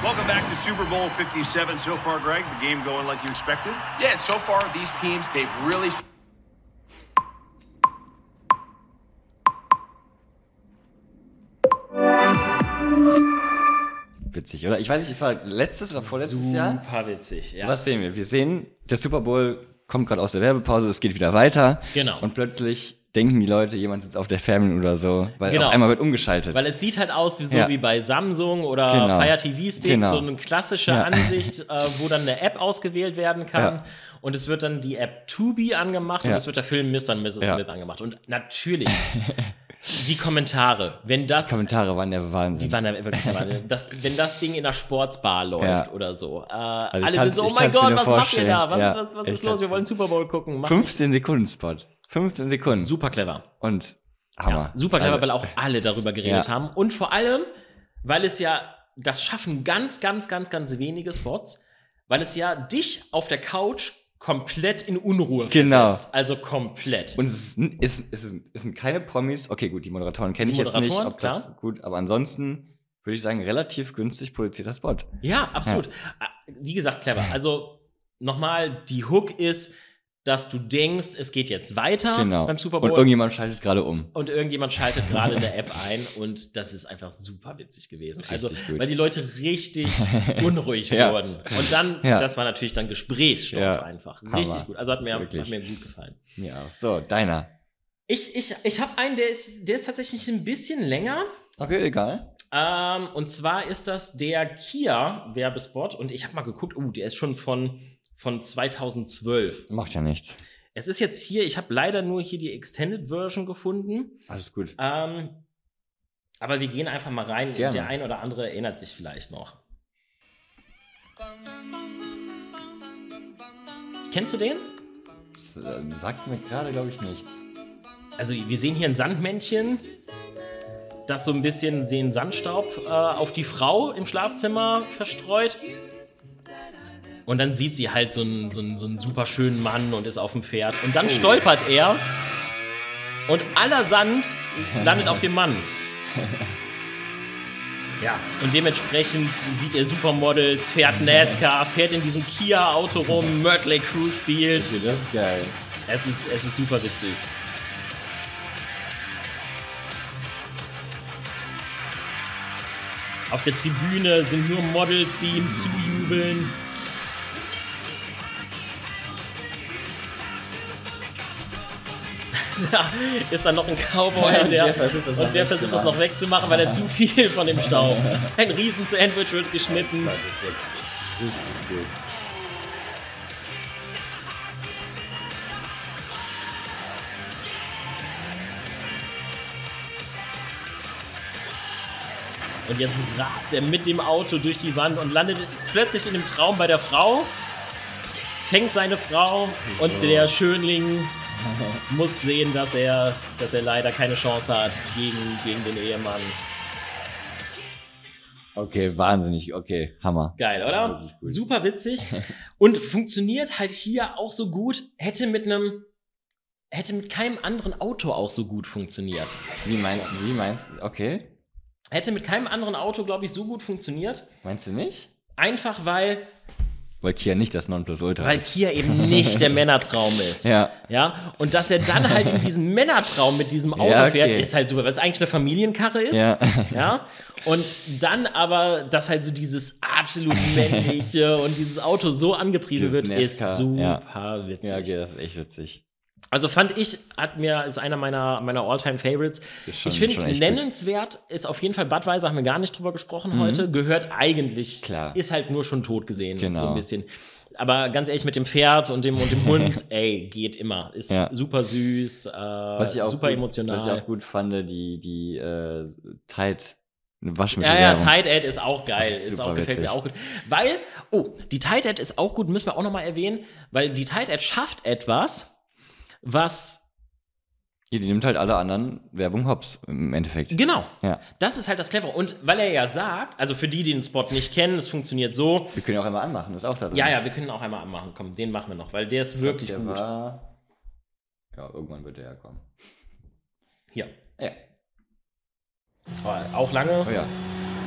S18: Welcome back to Super Bowl 57. So far, Greg, the game going like you expected?
S19: Yeah, so far these teams, they've really. s-
S2: Witzig, oder? Ich weiß nicht, es war letztes oder vorletztes Jahr.
S1: Super witzig, ja.
S2: Was sehen wir? Wir sehen, der Super Bowl kommt gerade aus der Werbepause, es geht wieder weiter.
S1: Genau.
S2: Und plötzlich denken die Leute, jemand sitzt auf der Fernbedienung oder so, weil
S1: Genau.
S2: auf einmal wird umgeschaltet.
S1: Weil es sieht halt aus wie so
S2: Ja.
S1: wie bei Samsung oder
S2: Genau.
S1: Fire TV Stick,
S2: Genau.
S1: so eine klassische
S2: Ja.
S1: Ansicht, äh, wo dann eine App ausgewählt werden kann.
S2: Ja.
S1: Und es wird dann die App To Be angemacht und
S2: Ja.
S1: es wird der Film Mr. und Mrs.
S2: Ja.
S1: Smith angemacht. Und natürlich die Kommentare, wenn das.
S2: Kommentare waren der Wahnsinn.
S1: die waren da wirklich der Wahnsinn. das, wenn das Ding in der Sportsbar läuft
S2: Ja. Also
S1: oder so. Äh,
S2: ich
S1: alle sind
S2: kann's-
S1: so, oh
S2: ich
S1: mein
S2: kann's mir
S1: Gott,
S2: nur
S1: was macht ihr
S2: vorstellen.
S1: da? Was,
S2: Ja,
S1: ist- was, was
S2: ich
S1: ist los? Wir
S2: kann's-
S1: wollen Super Bowl gucken. Macht
S2: 15 Sekunden Spot. 15 Sekunden.
S1: Super clever.
S2: Und Hammer.
S1: Super clever,
S2: Also-
S1: weil auch alle darüber geredet
S2: Ja.
S1: haben. Und vor allem, weil es ja, das schaffen ganz, ganz, ganz, ganz wenige Spots, weil es ja dich auf der Couch komplett in Unruhe
S2: Genau.
S1: versetzt. Also komplett.
S2: Und es, ist, es, es, sind, es sind keine Promis. Okay, gut, die Moderatoren kenne
S1: Die
S2: ich jetzt nicht.
S1: Moderatoren,
S2: Ob
S1: klar.
S2: das gut, aber ansonsten würde ich sagen, relativ günstig produzierter Spot.
S1: Ja, absolut. Ah, Wie gesagt, clever. Also nochmal, die Hook ist, dass du denkst, es geht jetzt weiter
S2: genau.
S1: Ah, beim Super Bowl.
S2: Und irgendjemand schaltet gerade um.
S1: Und irgendjemand schaltet gerade eine App ein und das ist einfach super witzig gewesen.
S2: Richtig
S1: Also,
S2: gut.
S1: weil die Leute richtig unruhig
S2: Ja.
S1: wurden. Und dann,
S2: Ja.
S1: das war natürlich dann Gesprächsstoff
S2: Ja.
S1: einfach.
S2: Hammer.
S1: Richtig gut. Also hat mir, hat
S2: Wirklich.
S1: mir gut gefallen.
S2: Ja, so, deiner.
S1: Ich, ich, ich habe einen, der ist, der ist tatsächlich ein bisschen länger.
S2: Okay, egal.
S1: Ähm, und zwar ist das der Kia-Werbespot. Und ich habe mal geguckt, oh, der ist schon von, von 2012.
S2: Macht ja nichts.
S1: Es ist jetzt hier, ich habe leider nur hier die Extended Version gefunden.
S2: Alles gut.
S1: Ähm, aber wir gehen einfach mal rein.
S2: Gerne.
S1: Der ein oder andere erinnert sich vielleicht noch. Kennst du den?
S2: Das, äh, sagt mir gerade, glaube ich, nichts.
S1: Also wir sehen hier ein Sandmännchen, das so ein bisschen den Sandstaub äh, auf die Frau im Schlafzimmer verstreut. Und dann sieht sie halt so einen, so, einen, so einen super schönen Mann und ist auf dem Pferd. Und dann
S20: Oh.
S1: stolpert er und aller Sand landet auf dem Mann. Ja, und dementsprechend sieht er Supermodels, fährt NASCAR, fährt in diesem Kia-Auto rum, Mötley Crew spielt.
S2: Das ist geil.
S1: Es ist, es ist super witzig. Auf der Tribüne sind nur Models, die ihm zujubeln. Da ist dann noch ein Cowboy,
S2: Ja, und
S1: der,
S2: der versucht das
S1: und
S2: noch
S1: der versucht das noch wegzumachen, weil er zu viel von dem Staub. Ein riesen Sandwich wird geschnitten. Und jetzt rast er mit dem Auto durch die Wand und landet plötzlich in dem Traum bei der Frau, fängt seine Frau und
S2: So.
S1: der Schönling muss sehen, dass er, dass er leider keine Chance hat gegen, gegen den Ehemann.
S2: Okay, wahnsinnig. Okay, Hammer.
S1: Geil, oder? Super witzig. Und funktioniert halt hier auch so gut. Hätte mit einem, hätte mit keinem anderen Auto auch so gut funktioniert.
S2: Wie, mein, wie meinst du? Okay.
S1: Hätte mit keinem anderen Auto, glaube ich, so gut funktioniert.
S2: Meinst du nicht?
S1: Einfach weil
S2: Weil Kia nicht das Nonplusultra
S1: Weil
S2: ist.
S1: Kia eben nicht der Männertraum ist.
S2: Ja.
S1: Ja. Und dass er dann halt in diesem Männertraum mit diesem Auto
S2: Ja, okay.
S1: fährt, ist halt super, weil es eigentlich eine Familienkarre ist.
S2: Ja.
S1: ja. Und dann aber, dass halt so dieses absolut männliche und dieses Auto so angepriesen wird,
S2: Dieses NASCAR,
S1: ist super
S2: ja.
S1: witzig.
S2: Ja, okay, das ist echt witzig.
S1: Also fand ich, hat mir, ist einer meiner, meiner All-Time-Favorites.
S2: Ist schon-
S1: Ich
S2: schon
S1: finde,
S2: echt gut.
S1: nennenswert ist auf jeden Fall Budweiser, haben wir gar nicht drüber gesprochen
S2: Mhm.
S1: heute. Gehört eigentlich,
S2: Klar.
S1: ist halt nur schon tot gesehen,
S2: Genau.
S1: so ein bisschen. Aber ganz ehrlich, mit dem Pferd und dem, und dem Hund, ey, geht immer. Ist
S2: Ja.
S1: super süß, äh,
S2: Was ich auch
S1: super
S2: gut,
S1: emotional.
S2: Was ich auch gut fand, die, die äh, Tide. Eine Waschmittel.
S1: Ja, ja, Tight Ad ist auch geil.
S2: Das ist
S1: Ist,
S2: super
S1: auch, gefällt mir
S2: witzig.
S1: auch gut. Weil, oh, die Tight Ad ist auch gut, müssen wir auch nochmal erwähnen, weil die Tight Ad schafft etwas, was
S2: Hier, die nimmt halt alle anderen Werbung hops im Endeffekt.
S1: Genau.
S2: Ja.
S1: Das ist halt das Clevere. Und weil er ja sagt, also für die, die den Spot nicht kennen, es funktioniert so.
S2: Wir können auch einmal anmachen, das ist auch da drin.
S1: Ja, ja, wir können auch einmal anmachen. Komm, den machen wir noch, weil der ist wirklich
S2: der
S1: gut.
S2: War, ja, irgendwann wird der ja kommen.
S1: Hier.
S2: Ja.
S1: Aber auch lange.
S2: Oh ja.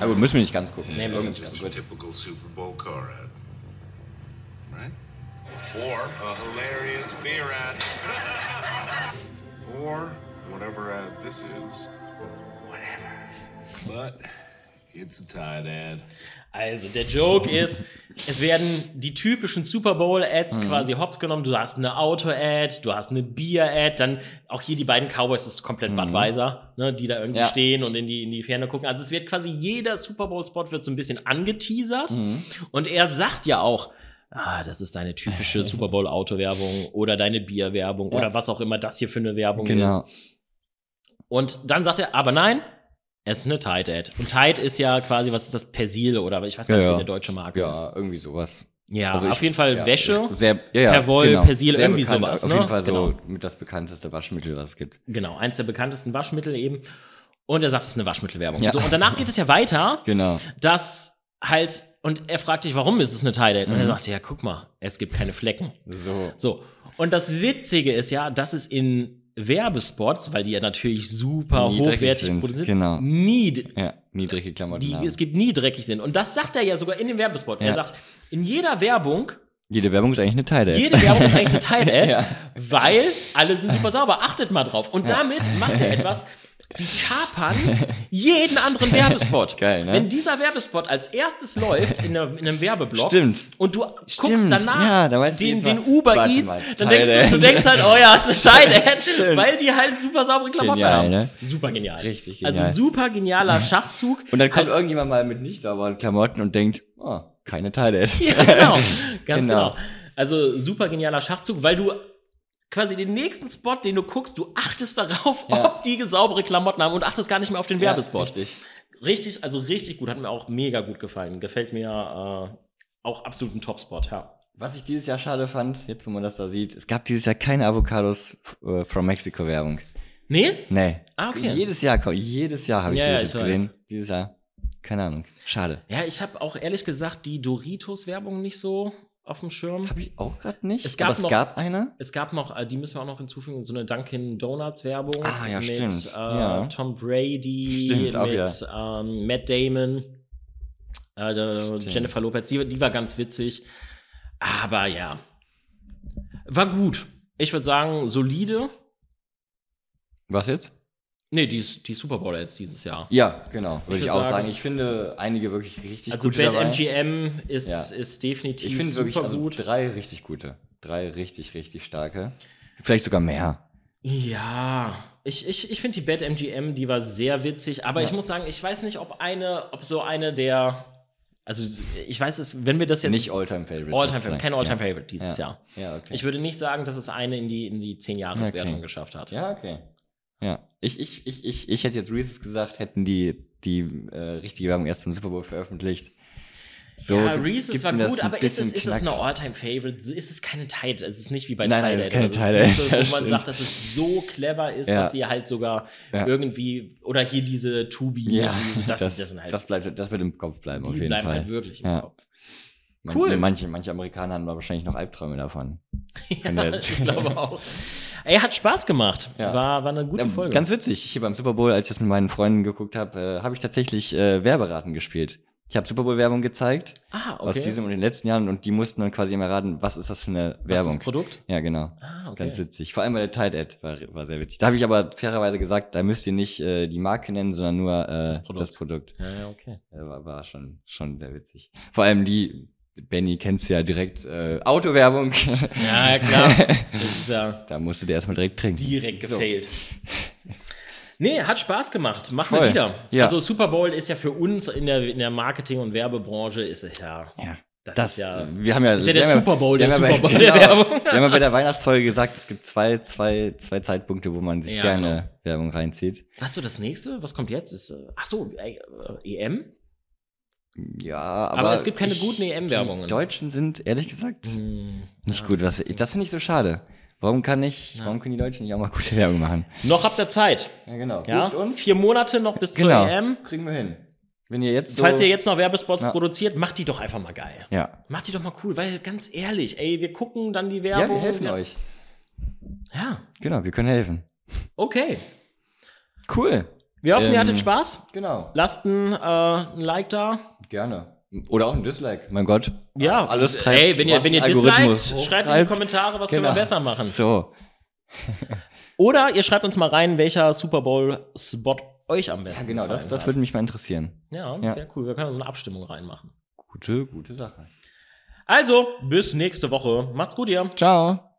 S2: Aber müssen wir nicht ganz gucken.
S1: Nee, müssen wir
S2: Irgendwann-
S1: nicht.
S6: a typical Super Bowl car ad, right? Or a hilarious beer ad. or whatever ad this is. Whatever. But it's a Tide ad.
S1: Also, der Joke ist, es werden die typischen Super Bowl-Ads
S2: Mhm.
S1: quasi hops genommen. Du hast eine Auto-Ad, du hast eine Bier-Ad, dann auch hier die beiden Cowboys, das ist komplett
S2: Mhm.
S1: Budweiser, ne, die da irgendwie
S2: Ja.
S1: stehen und in die, in die Ferne gucken. Also, es wird quasi jeder Super Bowl-Spot wird so ein bisschen angeteasert.
S2: Mhm.
S1: Und er sagt ja auch, ah, das ist deine typische Super Bowl-Auto-Werbung oder deine Bier-Werbung
S2: Äh. Ja.
S1: oder was auch immer das hier für eine Werbung
S2: Genau.
S1: ist. Und dann sagt er, aber nein, es ist eine Tide Ad. Und Tide ist ja quasi, was ist das, Persil oder ich weiß gar
S2: Ja,
S1: nicht, wie
S2: ja.
S1: eine deutsche Marke ist.
S2: Ja, irgendwie sowas.
S1: Ja,
S2: Also
S1: auf
S2: ich-
S1: jeden Fall
S2: ja,
S1: Wäsche,
S2: Sehr, ja, ja,
S1: Perwoll,
S2: genau.
S1: Persil,
S2: Sehr
S1: irgendwie
S2: bekannt,
S1: sowas.
S2: Auf
S1: ne?
S2: jeden Fall so
S1: genau.
S2: mit das bekannteste Waschmittel, was es gibt.
S1: genau, eins der bekanntesten Waschmittel eben. Und er sagt, es ist eine Waschmittelwerbung.
S2: Ja.
S1: So, und danach geht es ja weiter,
S2: Genau.
S1: dass halt, und er fragt dich, warum ist es eine Tide Ad? Und er
S2: Mhm.
S1: sagt, ja, guck mal, es gibt keine Flecken.
S2: So.
S1: So. Und das Witzige ist ja, dass es in Werbespots, weil die ja natürlich super
S2: Nie dreckig
S1: hochwertig
S2: sind,
S1: produziert sind,
S2: genau.
S1: nie
S2: Ja, niedrige Klamotten.
S1: die,
S2: haben.
S1: es gibt nie dreckig sind. Und das sagt er ja sogar in dem Werbespot. Er
S2: Genau. Ja.
S1: sagt, in jeder Werbung,
S2: Jede Werbung ist eigentlich eine Teil.
S1: jede Werbung ist eigentlich eine Teil-Ad,
S2: Ja.
S1: weil alle sind super sauber. Achtet mal drauf. Und damit macht er etwas, die kapern jeden anderen Werbespot.
S2: Geil, ne?
S1: Wenn dieser Werbespot als erstes läuft in, einer, in einem Werbeblock
S2: Stimmt.
S1: und du guckst
S2: Stimmt.
S1: danach
S2: Ja, da weißt du
S1: den,
S2: jetzt mal-
S1: den Uber
S2: Warte
S1: Eats,
S2: mal,
S1: dann denkst du,
S2: Teil-Ad.
S1: du denkst halt, oh ja, es ist eine Tide-Ad,
S2: Stimmt.
S1: weil die halt super saubere Klamotten
S2: Genial,
S1: haben.
S2: ne?
S1: Super genial.
S2: Richtig
S1: Also
S2: genial.
S1: super genialer Schachzug.
S2: Und dann kommt irgendjemand mal mit nicht sauberen Klamotten und denkt, oh, keine Teil.
S1: Ja, genau. Ganz genau. Also super genialer Schachzug, weil du quasi den nächsten Spot, den du guckst, du achtest darauf, ob die saubere Klamotten haben und achtest gar nicht mehr auf den
S2: Ja,
S1: Werbespot.
S2: richtig.
S1: richtig, also richtig gut. Hat mir auch mega gut gefallen. Gefällt mir äh, auch absolut ein Top-Spot, ja.
S2: Was ich dieses Jahr schade fand, jetzt wo man das da sieht, es gab dieses Jahr keine Avocados äh, from Mexico Werbung.
S1: Nee?
S2: Nee.
S1: Ah, okay.
S2: Jedes Jahr, komm, jedes Jahr habe ich
S1: Ja, ja,
S2: das
S1: ich
S2: jetzt
S1: weiß.
S2: gesehen. Dieses Jahr. Keine Ahnung. Schade.
S1: Ja, ich habe auch ehrlich gesagt die Doritos-Werbung nicht so auf dem Schirm.
S2: Habe ich auch gerade nicht.
S1: Es gab,
S2: aber es
S1: noch,
S2: gab eine.
S1: Es gab noch, äh, die müssen wir auch noch hinzufügen, so eine Dunkin' Donuts Werbung
S2: Ah, ja,
S1: mit
S2: stimmt.
S1: Äh,
S2: Ja.
S1: Tom Brady,
S2: Stimmt, auch,
S1: mit ähm, Matt Damon, äh, der Jennifer Lopez. Die, die war ganz witzig. Aber ja, war gut. Ich würde sagen, solide.
S2: Was jetzt?
S1: Nee, die, ist- die Super Bowl jetzt dieses Jahr.
S2: Ja, genau. Würde
S1: würd
S2: ich, auch sagen. Ich finde einige wirklich richtig
S1: also
S2: gute dabei.
S1: BetMGM ist,
S2: Ja.
S1: ist definitiv
S2: Ich finde
S1: super
S2: wirklich also
S1: gut.
S2: drei richtig gute. Drei richtig, richtig starke. Vielleicht sogar mehr.
S1: Ja, ich, ich, ich finde die Bad MGM, die war sehr witzig, aber
S2: Ja.
S1: ich muss sagen, ich weiß nicht, ob eine, ob so eine der, also ich weiß es, wenn wir das jetzt.
S2: Nicht Alltime Favorite.
S1: Alltime
S2: sozusagen.
S1: Favorite, kein Alltime
S2: ja.
S1: Favorite dieses
S2: ja.
S1: Jahr.
S2: Ja, okay.
S1: Ich würde nicht sagen, dass es eine in die, in die 10-Jahres-Wertung
S2: Okay.
S1: geschafft hat.
S2: ja, okay. Ja. Ich, ich, ich, ich, ich hätte jetzt Reese's gesagt, hätten die, die äh, richtige Werbung erst im Super Bowl veröffentlicht. So,
S1: ja,
S2: gibt's-
S1: Reese's
S2: gibt's
S1: war
S2: denn das
S1: gut,
S2: ein
S1: aber ist es,
S2: bisschen
S1: ist es eine
S2: Knacks?
S1: All-Time-Favorite? Ist es keine Tide? Es ist nicht wie bei
S2: Nein, nein, es ist keine
S1: Tide Ad.
S2: Tide
S1: Also
S2: Ad.
S1: es ist nicht so, Wo
S2: Ja,
S1: man
S2: stimmt.
S1: sagt, dass es so clever ist,
S2: Ja.
S1: dass sie halt sogar
S2: Ja.
S1: irgendwie, oder hier diese Tubi,
S2: Ja,
S1: die-
S2: das,
S1: das,
S2: das,
S1: sind halt,
S2: bleibt, das wird im Kopf bleiben,
S1: Die
S2: auf jeden
S1: bleiben
S2: Fall.
S1: halt wirklich im Kopf.
S2: Man- ne,
S1: Cool.
S2: Manche, manche Amerikaner haben da wahrscheinlich noch Albträume davon. Wenn
S1: ja,
S2: der-
S1: ich glaube auch. Ey, hat Spaß gemacht.
S2: Ja.
S1: War, war eine gute
S2: Ja,
S1: Folge.
S2: Ganz witzig, hier beim Super Bowl, als ich das mit meinen Freunden geguckt habe, äh, habe ich tatsächlich äh, Werberaten gespielt. Ich habe Super Bowl-Werbung gezeigt.
S1: Ah, okay.
S2: Aus diesem und den letzten Jahren und die mussten dann quasi immer raten, was ist das für eine
S1: Was ist
S2: Werbung.
S1: das Produkt?
S2: Ja, genau.
S1: Ah, okay.
S2: Ganz witzig. Vor allem bei der Tide Ad war, war sehr witzig. Da habe ich aber fairerweise gesagt, da müsst ihr nicht äh, die Marke nennen, sondern nur äh, das Produkt.
S1: Ja, ja, okay.
S2: Äh, War, war schon, schon sehr witzig. Vor allem die, Benny kennst du ja direkt, äh, Autowerbung.
S1: Ja, ja, klar. Das ist ja
S2: da musst du dir erstmal direkt trinken.
S1: direkt
S2: So.
S1: gefailt. Nee, hat Spaß gemacht. Machen wir
S2: Voll.
S1: wieder.
S2: Ja.
S1: Also Super Bowl ist ja für uns in der, in der Marketing- und Werbebranche ist es ja.
S2: Ja.
S1: Das,
S2: Das,
S1: ist ja.
S2: wir haben ja,
S1: ist ja der
S2: wir haben
S1: Super Bowl,
S2: wir
S1: der
S2: haben ja
S1: Super
S2: bei-
S1: Bowl der
S2: genau.
S1: Werbung.
S2: Wir haben ja bei der Weihnachtsfolge gesagt, es gibt zwei, zwei, zwei Zeitpunkte, wo man sich
S1: Ja, genau.
S2: gerne Werbung reinzieht.
S1: Was so das nächste? Was kommt jetzt? Ist, äh, ach so, äh, äh, EM?
S2: Ja, aber,
S1: es gibt keine guten E EM-Werbungen.
S2: Die Deutschen sind ehrlich gesagt
S1: Hm,
S2: nicht
S1: ja,
S2: gut.
S1: das
S2: Das, das finde ich so schade. Warum kann ich, warum können die Deutschen nicht auch mal gute Werbung machen?
S1: Noch habt ihr Zeit.
S2: Ja, genau.
S1: Ja?
S2: Ruft uns.
S1: Vier Monate noch bis
S2: Genau.
S1: zur E EM.
S2: Kriegen wir hin. Wenn ihr jetzt so,
S1: Falls ihr jetzt noch Werbespots
S2: Ja.
S1: produziert, macht die doch einfach mal geil.
S2: Ja.
S1: Macht die doch mal cool, weil ganz ehrlich, ey, wir gucken dann die
S2: Ja,
S1: Werbung.
S2: wir helfen euch.
S1: Ja,
S2: Genau, wir können helfen.
S1: okay.
S2: Cool.
S1: Wir hoffen, ihr
S2: Ähm,
S1: hattet Spaß.
S2: Genau.
S1: Lasst ein, äh, ein Like da.
S2: Gerne. Oder auch ein Dislike. Mein Gott.
S1: Ja, äh,
S2: Alles treibt.
S1: ey, wenn ihr,
S2: was
S1: wenn ihr
S2: den Algorithmus
S1: disliked, schreibt in die
S2: hochtreibt.
S1: Kommentare, was
S2: Genau.
S1: können wir besser machen.
S2: So.
S1: Oder ihr schreibt uns mal rein, welcher Super Bowl-Spot euch am besten
S2: Ja, genau, das,
S1: gefallen
S2: das
S1: hat.
S2: würde mich mal interessieren.
S1: Ja,
S2: Ja.
S1: sehr cool. Wir können so eine Abstimmung reinmachen.
S2: Gute, gute Sache.
S1: Also, bis nächste Woche. Macht's gut, ihr.
S2: Ciao.